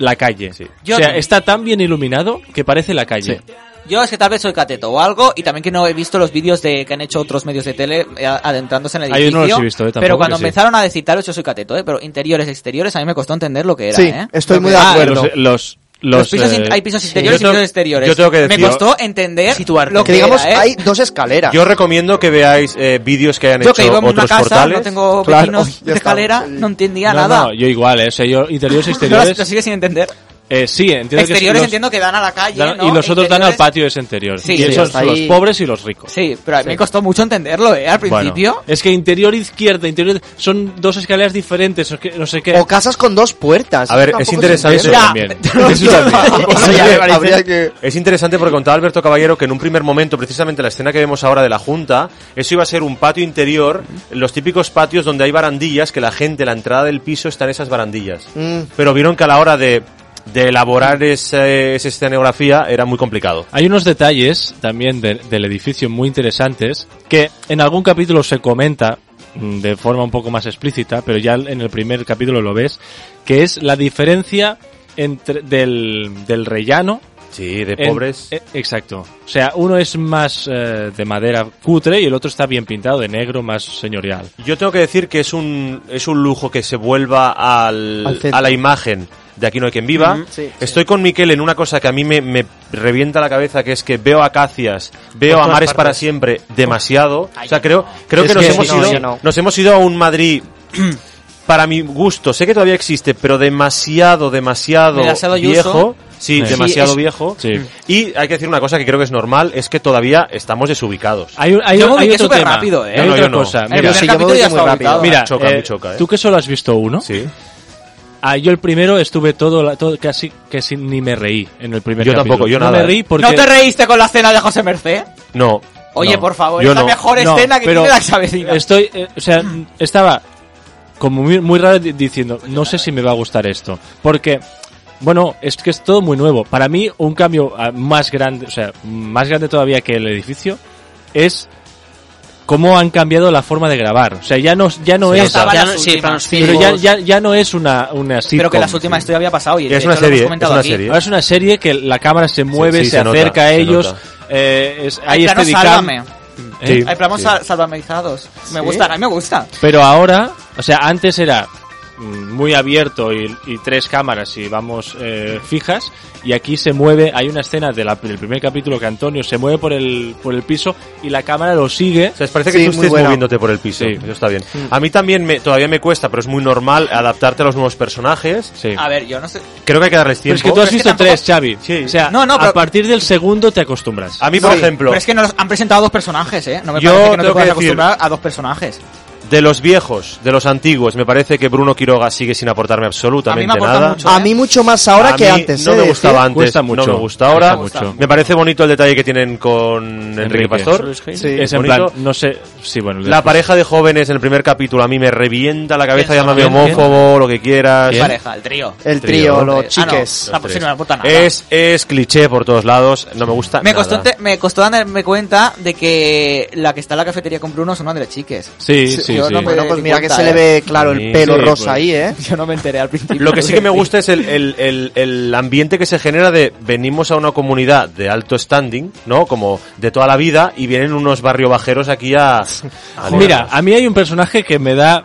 la calle. O sea, Yo también. está tan bien iluminado que parece la calle. Yo es que tal vez soy cateto o algo, y también que no he visto los vídeos de que han hecho otros medios de tele eh, adentrándose en el Ah, yo edificio. no los he visto, eh, tampoco, pero cuando que sí. empezaron a decirlo, yo soy cateto, eh, pero interiores, exteriores, a mí me costó entender lo que era. Sí, eh. estoy Lo muy que- de Ah, acuerdo. Los, los, Los, los, pisos, eh, in- hay pisos interiores Yo y tengo- pisos exteriores. yo tengo que Me decir- costó entender Situarte. lo Que que digamos, era, eh. hay dos escaleras. Yo recomiendo que veáis eh, vídeos que hayan Yo hecho que vivo en una otros casa, portales. no tengo Claro, vecinos ya de estamos. escalera, no entendía no, nada. no, yo igual, eh. O sea, yo interiores, No las- exteriores... lo sigue sin entender. Eh, sí, entiendo Exteriores que los- entiendo que dan a la calle, dan- ¿no? y los otros dan al Interiores- patio ese interior. Sí. y Sí, esos hasta son los ahí- pobres y los ricos. Sí, pero a mí Sí. me costó mucho entenderlo, ¿eh? Al Bueno, principio. es que interior izquierda, interior son dos escaleras diferentes, o que- no sé qué. O casas con dos puertas. A ver, Tampoco es se interesante entiende. eso también. Eso también. Eso ya me parece- Es interesante porque contaba Alberto Caballero que en un primer momento, precisamente la escena que vemos ahora de la Junta, eso iba a ser un patio interior, los típicos patios donde hay barandillas, que la gente, la entrada del piso está en esas barandillas. Mm. Pero vieron que a la hora de, de elaborar ese- esa escenografía era muy complicado. Hay unos detalles también de- del edificio muy interesantes que en algún capítulo se comenta mm, de forma un poco más explícita, pero ya en el primer capítulo lo ves, que es la diferencia entre del, del rellano Sí, de en- pobres. eh, exacto. O sea, uno es más eh, de madera cutre y el otro está bien pintado de negro, más señorial. Yo tengo que decir que es un, es un lujo que se vuelva al- Al centro. a la imagen de Aquí no hay quien viva. Ujú, sí, Estoy con Miquel en una cosa que a mí me, me revienta la cabeza, que es que veo acacias, veo Por a todas Mares para partes. siempre demasiado. O sea, creo, creo Es que, nos, que hemos sí, no, ido, yo no. nos hemos ido a un Madrid... Para mi gusto, sé que todavía existe, pero demasiado, demasiado, Demasiado yuso. viejo. Sí, Sí. demasiado es- viejo. Sí. Y hay que decir una cosa que creo que es normal, es que todavía estamos desubicados. Hay, un- hay, Yo me un- hay ubiqué otro súper tema. rápido, ¿eh? Hay No, no, otra yo no. cosa. El Mira, primer sí, yo me capítulo voy ya muy estaba rápido. ubicado. mira, Choca, eh, me choca, ¿eh? tú que solo has visto uno, Sí. Ah, yo el primero estuve todo, la- todo- casi, casi ni me reí en el primer Yo capítulo. tampoco, yo no nada, me reí ¿eh? porque... ¿No te reíste con la cena de José Merced? No. Oye, no, por favor, yo es la no. mejor No, escena que pero tiene la Xavetina. Estoy, eh, o sea, estaba como muy, muy raro di- diciendo, no sé si me va a gustar esto, porque bueno, es que es todo muy nuevo. Para mí un cambio ah, más grande, o sea, más grande todavía que el edificio es cómo han cambiado la forma de grabar. O sea, ya no ya no Sí, es estaba- Ya las no- sí, últimas. planos pero ya, fijos. ya, ya no es una una sitcom. Pero que las últimas historias había pasado y Es de hecho una lo hemos serie, comentado es una aquí. serie. Ahora Ah, es una serie que la cámara se mueve, sí, se, se nota, acerca a se ellos. nota. eh, es- Hay hay planos Steadicam, sálvame. ¿eh? Sí. Hay planos Sí. sal- salvamerizados. Me gustan, a mí me gusta. Pero ahora, o sea, antes era mm, muy abierto y, y tres cámaras y vamos eh, fijas y aquí se mueve hay una escena de la- del primer capítulo que Antonio se mueve por el por el piso y la cámara lo sigue O sea, parece que Sí, tú muy estés bueno. moviéndote por el piso. Sí. Eso está bien. A mí también me, todavía me cuesta, pero es muy normal adaptarte a los nuevos personajes. Sí. A ver, yo no sé. Creo que hay que darles pero tiempo. es que tú has Pero es visto que tampoco- tres Xavi Sí. o sea No, no, pero- a partir del segundo te acostumbras A mí, por Sí, ejemplo, Pero es que nos han presentado dos personajes, ¿eh? No me Yo parece que no te tengo que puedas decir- acostumbrar a dos personajes. de los viejos, de los antiguos, me parece que Bruno Quiroga sigue sin aportarme absolutamente A mí me aporta nada. mucho. A mí mucho más ahora ¿eh? A que mí antes. No ¿eh? me decir. gustaba antes, Cuesta mucho. no me gusta ahora. Cuesta mucho. Me parece bonito el detalle que tienen con Enrique, Enrique. Pastor. Sí. es en bonito. plan no sé sí bueno La pareja de jóvenes en el primer capítulo a mí me revienta la cabeza, ¿Quién son? llámame ¿Quién? homófobo, lo que quieras. ¿Quién? Pareja, el trío. El Trío, trío, Ah, los no, chiques. no, pues sí, no me aporta nada. Es, es cliché por todos lados, no me gusta Me nada. costó, ente- me costó darme cuenta de que la que está en la cafetería con Bruno es una de las chiques. sí sí sí, yo no me- Bueno, pues di mira que cuenta, se le eh. ve claro Sí, el pelo sí, rosa pues. ahí, ¿eh? Yo no me enteré al principio. Lo que sí que me gusta es el, el, el- el ambiente que se genera de venimos a una comunidad de alto standing, ¿no? Como de toda la vida y vienen unos barrio bajeros aquí a... a mira liarnos. a mí hay un personaje que me da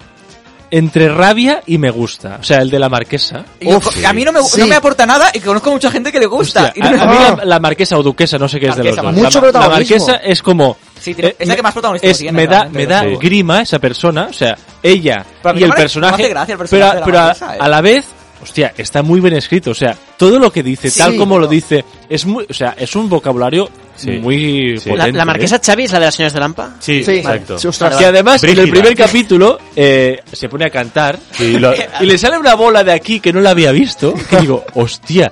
entre rabia y me gusta o sea el de la marquesa Yo- Uf, a mí no me, sí. no me aporta nada y conozco mucha gente que le gusta. Hostia, Y Ah, no- a, a mí la, la marquesa o duquesa, no sé qué es de Marquesa, los dos. mucho la, la protagonismo. marquesa es como. eh, Sí, tiene- es la que más protagonismo es- tiene, Me da, realmente, me de da todo. grima esa persona, o sea, ella Pero a mí y no el me- no me personaje. hace gracia el pero a- personaje de la pero a- marquesa, eh. a la vez. Hostia, está muy bien escrito, o sea, todo lo que dice, Sí, tal como no. lo dice, es muy, o sea, es un vocabulario Sí. muy Sí. La, potente. la marquesa ¿eh? Chavi es la de las señoras de Lampa. Sí, Sí. exacto. Sí, ostras. que además en el Brígida. primer capítulo eh, se pone a cantar Sí, lo- y le sale una bola de aquí que no la había visto, que digo, hostia,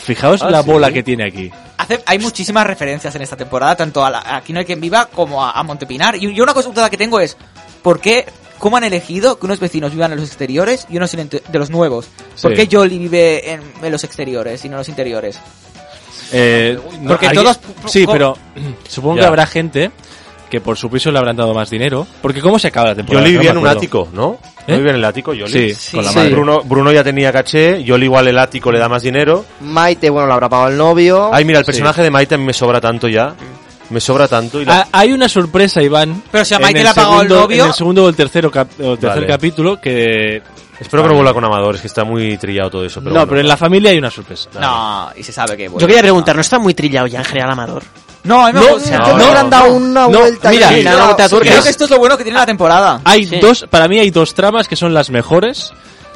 fijaos Ah, la sí. bola que tiene aquí. Hace- hay muchísimas referencias en esta temporada, tanto a, la- a Aquí no hay quien viva como a, a Montepinar. Y yo una consulta que tengo es, ¿por qué, cómo han elegido que unos vecinos vivan en los exteriores y unos en el- de los nuevos? ¿Por Sí. qué Jolly vive en, en los exteriores y no en los interiores? Eh, no, Porque todos- Sí, pero supongo que Ya. habrá gente que por su piso le habrán dado más dinero. Porque ¿cómo se acaba la temporada? Yoli No me vivía en un acuerdo. ático, ¿no? ¿Eh? ¿No vivía en el ático, Yoli? Sí, con la Sí. madre. Bruno, Bruno ya tenía caché, Yoli igual el ático le da más dinero. Maite, bueno, lo habrá pagado el Oh, novio. Ay, mira, el personaje de Maite a mí me sobra tanto ya. Me sobra tanto y la- Ah, hay una sorpresa, Iván. Pero si a en Maite el le ha pagado el segundo- novio- En el segundo o el tercero cap- o tercer Vale. capítulo que... Espero que no vuelva con amadores, que está muy trillado todo eso. Pero no, bueno. pero en la familia hay una sorpresa. No, y se sabe que... bueno, Yo quería preguntar, ¿no está muy trillado ya en general Amador? No, a mí me No, gusta. no, Yo no, me habrán dado una no, vuelta mira, y mira, no, no te sí, aturde. Creo que esto es lo bueno que tiene la temporada. Hay Sí. dos, para mí hay dos tramas que son las mejores,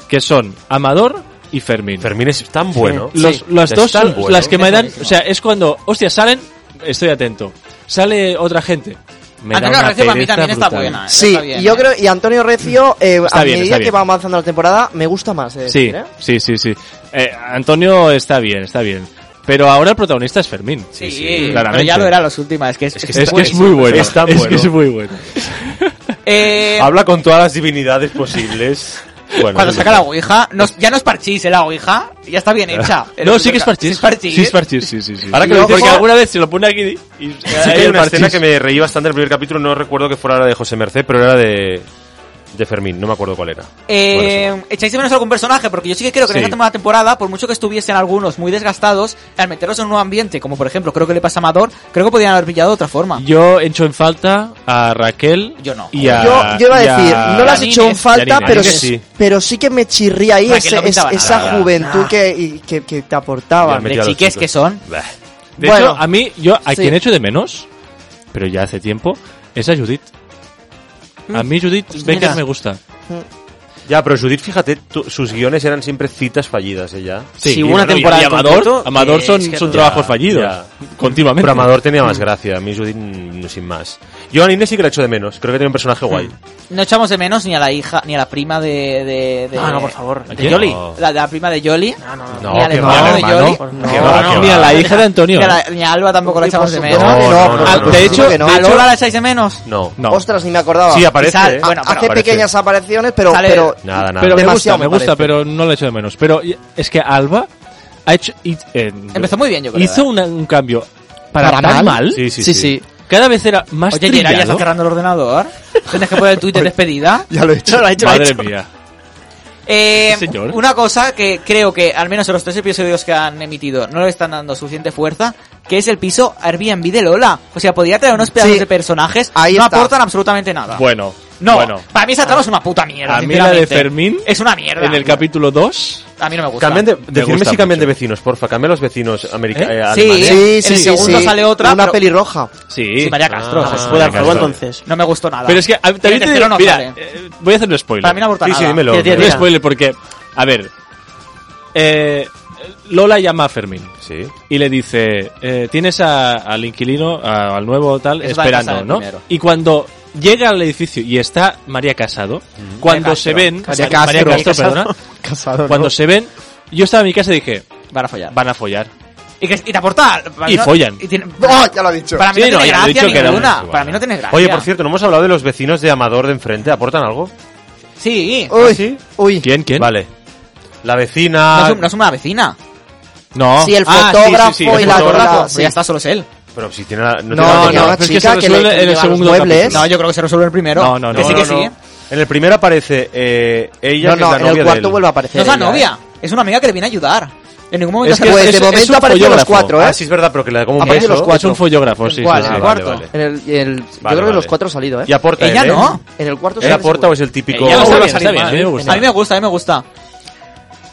que son Amador y Fermín. Fermín es tan bueno. Los- Sí. las Es dos tan son bueno. las que me dan. O sea, es cuando. Hostia, salen. Estoy atento. Sale otra gente. Me da Antonio una Recio para mí pereza también está brutal. buena. Sí, Está bien, y yo ¿eh? creo, y Antonio Recio, eh, Está a bien, está medida que bien. va avanzando la temporada, me gusta más. eh, Sí, decir, ¿eh? sí, sí, sí. Eh, Antonio está bien, está bien. Pero ahora el protagonista es Fermín. Sí, pero claramente. ya lo era las últimas. Es que es, Es que es muy bueno. Es tan es que bueno. es muy bueno. Eh, Habla con todas las divinidades posibles. Bueno, cuando es saca la verdad. Ouija, no es- ya no es parchís, ¿eh? La Ouija ya está bien hecha. No, sí que es parchís. parchís. Es parchís. Sí, es parchís, sí, sí. sí. Ahora que Y lo porque dijo- alguna vez se lo pone aquí y... y Sí que ahí hay el una escena parchís. que me reí bastante en el primer capítulo, no recuerdo que fuera la de José Merced, pero era de, de Fermín, no me acuerdo cuál era. Eh, ¿Echáis de menos algún personaje? Porque yo sí que creo que en Sí. esta temporada, temporada, por mucho que estuviesen algunos muy desgastados, al meterlos en un nuevo ambiente, como por ejemplo creo que le pasa a Amador, creo que podrían haber pillado de otra forma. Yo he hecho en falta a Raquel Yo no. y a... yo, yo iba a y decir, no las he Yanines, hecho en falta, Yanines. pero Yo que sí. sí. pero sí que me chirría ahí Raquel ese- no pintaba esa nada. juventud que, y- que, que te aportaba. Ya me- De Metí a los chiques chicos. que son. Bah. De Bueno, hecho, a mí, yo, a sí. quien he hecho de menos, pero ya hace tiempo, es a Judith. A mí Judith Becker mira. me gusta. Ya, pero Judith, fíjate, tú- sus guiones eran siempre citas fallidas, ¿eh? ella. Sí, hubo una temporada y en Amador, concreto, Amador eh, son, es que son ya- trabajos fallidos. ya. Continuamente. Pero Amador tenía más gracia, a mí Judith mm, sin más. Yo a Inés sí que la echo de menos, creo que tenía un Hmm. personaje guay. No echamos de menos ni a la hija, ni a la prima de. de, de- No, no, por favor. ¿A ¿De quién? Yoli? No. La, de la prima de Yoli. No, no, no. No, ni al qué hermano va, de hermano. Yoli. Qué va, qué Ni a va. la hija de Antonio. Ni a, la- ni a Alba tampoco la Por echamos de supuesto menos. que menos. no, No, por no, supuesto de hecho, que no. ¿A Lola la echáis de menos? No. No. Ostras, ni me acordaba. Sí, aparece. Sal- ¿eh? bueno, hace pero aparece. pequeñas apariciones, pero, Sale- pero Nada, nada. Pero me gusta, demasiado me me gusta, parece. pero no la echo de menos. Pero y- es que Alba ha hecho... y- eh, Empezó muy bien, yo creo. Hizo ¿eh? una- un cambio para, ¿Para tan mal? mal. Sí, sí, sí. Sí, sí. Cada vez era más Oye, Gerard, ¿ya trillado. estás cerrando el ordenador? ¿Tienes que poner el tuit de despedida? Ya lo he hecho. Madre mía. Eh, Sí, señor. Una cosa que creo que, al menos en los tres episodios que han emitido, no le están dando suficiente fuerza, que es el piso Airbnb de Lola. O sea, podría traer unos pedazos Sí. de personajes, Ahí no está. aportan absolutamente nada. Bueno, no, bueno. Ah. para mí esa trama es una puta mierda. A mí la de sinceramente. Fermín, es una mierda. En el capítulo 2... A mí no me gusta. Cambian de, decidme gusta si cambian mucho. de vecinos, porfa, cambian los vecinos ¿Eh? americanos. Sí, ¿eh? Sí, sí, En el sí, segundo sí. sale otra, Una pero- pelirroja. Sí. Sí, María Castro. Ah, pues, Fue de María Alfarbo, Castro. entonces. No me gustó nada. Pero es que a- Y el también te tercero digo, no mira, sale. eh, voy a hacer un spoiler. Para mí no aporta Sí, nada. sí, dímelo. Tira, tira, un tira. spoiler porque, a ver, eh, Lola llama a Fermín Sí. y le dice, eh, tienes a- al inquilino, a- al nuevo tal, Es la de esperando, Casado ¿no? primero. Y cuando llega al edificio y está María Casado, cuando María se Castro. ven, María María Castro. Castro, Casado. perdona, Casado, cuando se ven, yo estaba en mi casa y dije, Van a follar. van a follar. Y, que- y te aporta. para mí Y no- follan. y tiene- ¡Oh, ya lo he dicho! Para mí Sí, no, ya no tiene lo he gracia dicho que era ninguna. muy Para mí no tiene gracia. Oye, por cierto, no hemos hablado de los vecinos de Amador de enfrente, ¿aportan algo? Sí. Uy, sí? uy. ¿Quién? ¿Quién? Vale. La No Ah. vecina... es, un- no es una vecina. No. Sí, el Ah, fotógrafo y el la- fotógrafo. Ah, Fotógrafo, sí. pero pues ya está, solo es él. Pero si tiene la... No, tiene la No, no, vecina. no, pero es que chica se que le- resuelve que en le el lleva los segundo muebles. capítulo. No, yo creo que se resuelve el primero. No, no, Que no, sí, no, que ¿eh? sí. En el primero aparece eh, ella, No, que es no, la en novia el de cuarto él. vuelve a aparecer. No es la ella, ¿eh? novia. Es una amiga que le viene a ayudar. En ningún momento Es se que Pues es- de es momento un aparecen los follógrafo. cuatro, ¿eh? Ah, sí, es verdad, pero que le da como un Aparecen beso. los cuatro. Es un follógrafo, sí. sí, ¿Cuál? sí. ¿En Ah, el vale, cuarto? vale. En el, en el- yo Vale, creo que los vale. cuatro ha salido, ¿eh? Y aporta Ella él, ¿eh? no. En el cuarto Él sale aporta o es el típico... Ella no Está sabe bien, salir está mal, bien, ¿eh? Me gusta. A mí me gusta, a mí me gusta.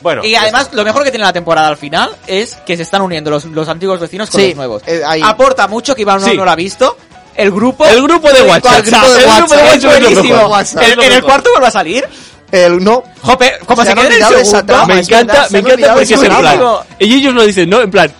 Bueno, Y ya además, lo mejor que tiene la temporada al final es que se están uniendo los, los antiguos vecinos con Sí, los nuevos. eh, ahí. Aporta mucho, que Iván no- Sí. no lo ha visto. El grupo. El grupo de WhatsApp. El grupo de El grupo de WhatsApp. WhatsApp es lo Buenísimo. mejor. WhatsApp. Es ¿En, lo en el mejor. cuarto vuelve a salir? El no. Jope, como Se se, han queda en olvidado el de esa segundo. trama. me es encanta, verdad, me se han encanta olvidado porque de es su en plan. lado. Y ellos nos dicen, ¿no? En plan,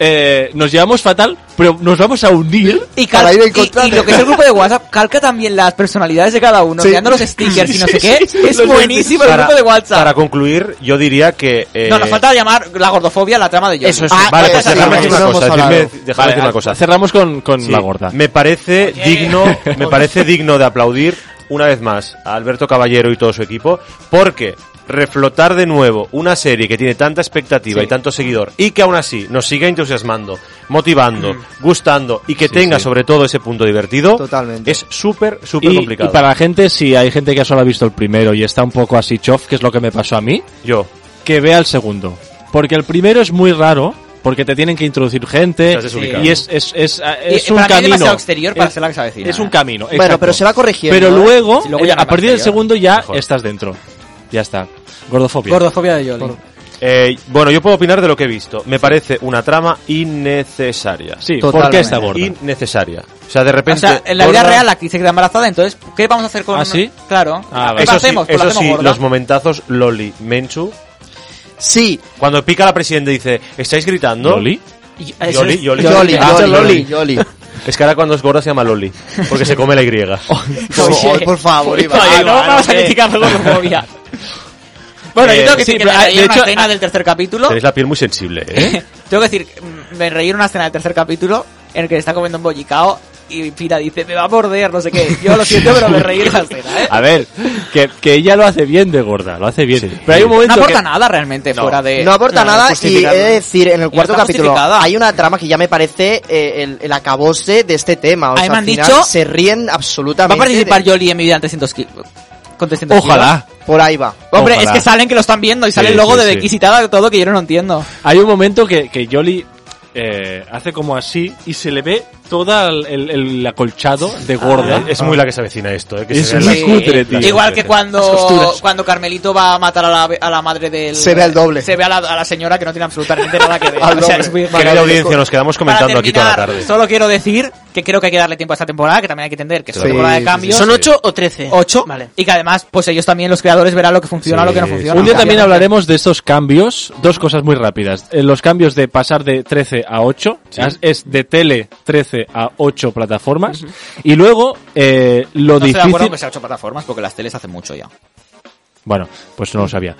eh, nos llevamos fatal, pero nos vamos a unir. Y, cal- Para ir a y- encontrarle. y lo que es el grupo de WhatsApp calca también las personalidades de cada uno, Sí. mirando los stickers y no sé qué. sí, sí, Es los- buenísimo el Para- grupo de WhatsApp. Para concluir, yo diría que... eh, No, nos falta llamar la gordofobia la trama de Johnny. Eso es. Ah, Vale, Eh, pues sí, déjame sí, decir no una hemos cosa. hablado. Dime, déjame decir una cosa. ah, Cerramos con, con Sí, la gorda. Me parece digno, me parece digno de aplaudir una vez más a Alberto Caballero y todo su equipo, porque reflotar de nuevo una serie que tiene tanta expectativa Sí. y tanto seguidor y que aún así nos siga entusiasmando, motivando, gustando y que Sí, tenga sí. sobre todo ese punto divertido, Totalmente. es súper, súper Y, complicado. y para la gente, si hay gente que solo ha visto el primero y está un poco así chof, que es lo que me pasó a mí, Yo, que vea el segundo. Porque el primero es muy raro, porque te tienen que introducir gente Estás desubicado. y es, es, es, Ah, Y- es y un Eh, para mí es camino. demasiado exterior para es, ser la que se avecina, es un ¿eh? camino. Bueno, exacto. pero se va corrigiendo, Pero ¿eh? luego, Si luego ya eh, no a es partir del exterior. segundo ya Mejor. estás dentro. Ya está. Gordofobia. Gordofobia de Johnny. eh, bueno, yo puedo opinar de lo que he visto. Me parece una trama innecesaria. Sí, ¿por qué Totalmente. está gorda? Innecesaria. O sea, de O repente. sea, en la vida gorda- real la actriz se queda embarazada, entonces, ¿qué vamos a hacer con...? ¿Ah, sí? Claro. Ah, vale. ¿Qué Eso sí, hacemos? Pues la eso hacemos sí, gorda. los momentazos Loli Menchu Sí. Cuando pica la presidenta y dice, ¿estáis gritando? ¿Loli? eh, Yoli, sí. Yoli. Yoli, Ah, Yoli, Yoli. Yoli. Es que ahora cuando es gorda se llama Loli, porque se come la Y. Oh, Oye, por favor, Iván. Ah, no Iván, vamos a eh. criticarlo como ya. Bueno, Eh, yo tengo que sí, decir que pero, me ah, reí de en una hecho, escena ah, del tercer capítulo. Tenéis la piel muy sensible, ¿eh? Tengo que decir, mm, me reí en una escena del tercer capítulo en el que le está comiendo un bollicao y Pira dice, me va a morder, no sé qué. Yo lo siento, pero me reí en la escena, ¿eh? A ver, que, que ella lo hace bien de gorda, lo hace bien. Pero hay un momento No aporta que- nada realmente fuera de... No aporta nada y he justificarlo. de decir, en el Y cuarto está capítulo justificada. hay una trama que ya me parece eh, el, el acabose de este tema. O Ahí sea, me al han final dicho- se ríen Va absolutamente. a participar de- Yoli en mi vida en 300 kilos. Con 300 Ojalá. Por ahí va. kilos. Hombre, Ojalá. es que salen que lo están viendo y sale Sí, el logo sí, de sí. Becky y tal, todo que yo no lo entiendo. Hay un momento que, que Jolly eh, hace como así y se le ve todo el, el- el acolchado Ah, de gorda. Es muy la que se avecina esto, ¿eh? Que Es se vea muy la- cutre, tío. Igual que cuando, costuras. cuando Carmelito va a matar a la, a la madre del... Se ve al doble. Se ve a la, a la señora que no tiene absolutamente nada que ver. Al O sea, doble. es muy Querida maravilloso. audiencia, nos quedamos Para comentando aquí toda la terminar, tarde. Solo quiero decir que creo que hay que darle tiempo a esta temporada, que también hay que entender que es una Sí, temporada sí, de cambios. ¿Son 8 o 13? 8 Vale. y que además pues ellos también los creadores verán lo que funciona o lo que no Sí, funciona Un día también Obviamente. hablaremos de estos cambios, dos cosas muy rápidas. Eh, Los cambios de pasar de 13 a 8, es- es de tele 13 a 8 plataformas, y luego eh, lo no estoy de acuerdo difícil... que sea ocho plataformas porque las teles hacen mucho ya Bueno, pues no lo sabía.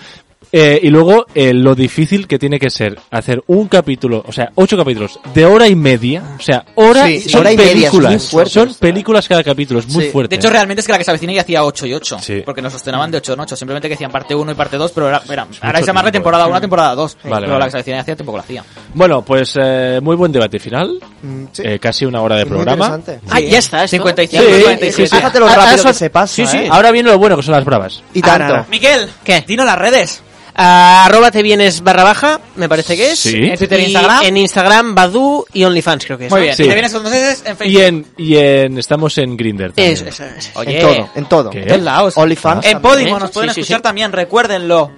Eh, y luego eh, lo difícil que tiene que ser hacer un capítulo, o sea, ocho capítulos de hora y media, o sea, hora, Sí, son hora y media, es muy películas, fuerte son esto, películas cada capítulo, es muy Sí. fuerte. de hecho realmente es que la que se avecina ya hacía 8 y 8 Sí. porque nos sostenaban de 8 en 8 simplemente que hacían parte 1 y parte 2 pero era, era- ahora es llamarle temporada 1 temporada 2 pero vale. la que se avecina ya hacía tampoco la hacía bueno, pues eh, muy buen debate final, Mm, sí. eh, casi una hora de Muy programa. interesante. Ah, ya está. esto. 55 Sí, 47 sí, sí. Fíjate lo Ah, ah, rápido eso- que se pasa. sí, sí. ¿eh? Ahora viene lo bueno que son las bravas. Y Ah, no, tanto. no. Miquel ¿Qué? dinos las redes Ah, arroba te vienes barra baja, me parece que es. Sí. En Twitter e Y Instagram. En Instagram, Badu y OnlyFans, creo que es. muy ¿no? bien Sí. y te vienes con dos veces en Y Facebook en, y en estamos en Grinder. Eso, eso, eso. En todo, en todo. ¿Qué? en todos lados OnlyFans en también. Podimo nos Sí, pueden sí, escuchar sí. también recuérdenlo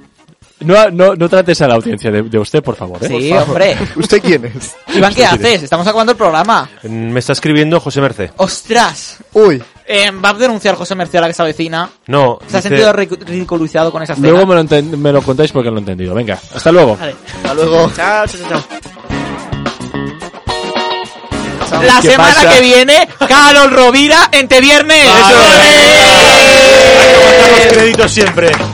No, no, no trates a la audiencia de, de usted, por favor. ¿eh? sí hombre ¿Usted quién es? Iván ¿qué haces? estamos acabando el programa Me está escribiendo José Merced. ostras Uy. Eh, va a denunciar José Mercial a que se avecina. No, ¿Se ha dice- sentido ridicu- ridiculizado con esa escena? Luego me lo, enten- me lo contáis porque lo he entendido. Venga, hasta luego. Hasta luego. Chao, chao, chao. La ¿Qué semana pasa? que viene, Carol Rovira en Te Viernes. Hay que aguantar los créditos siempre.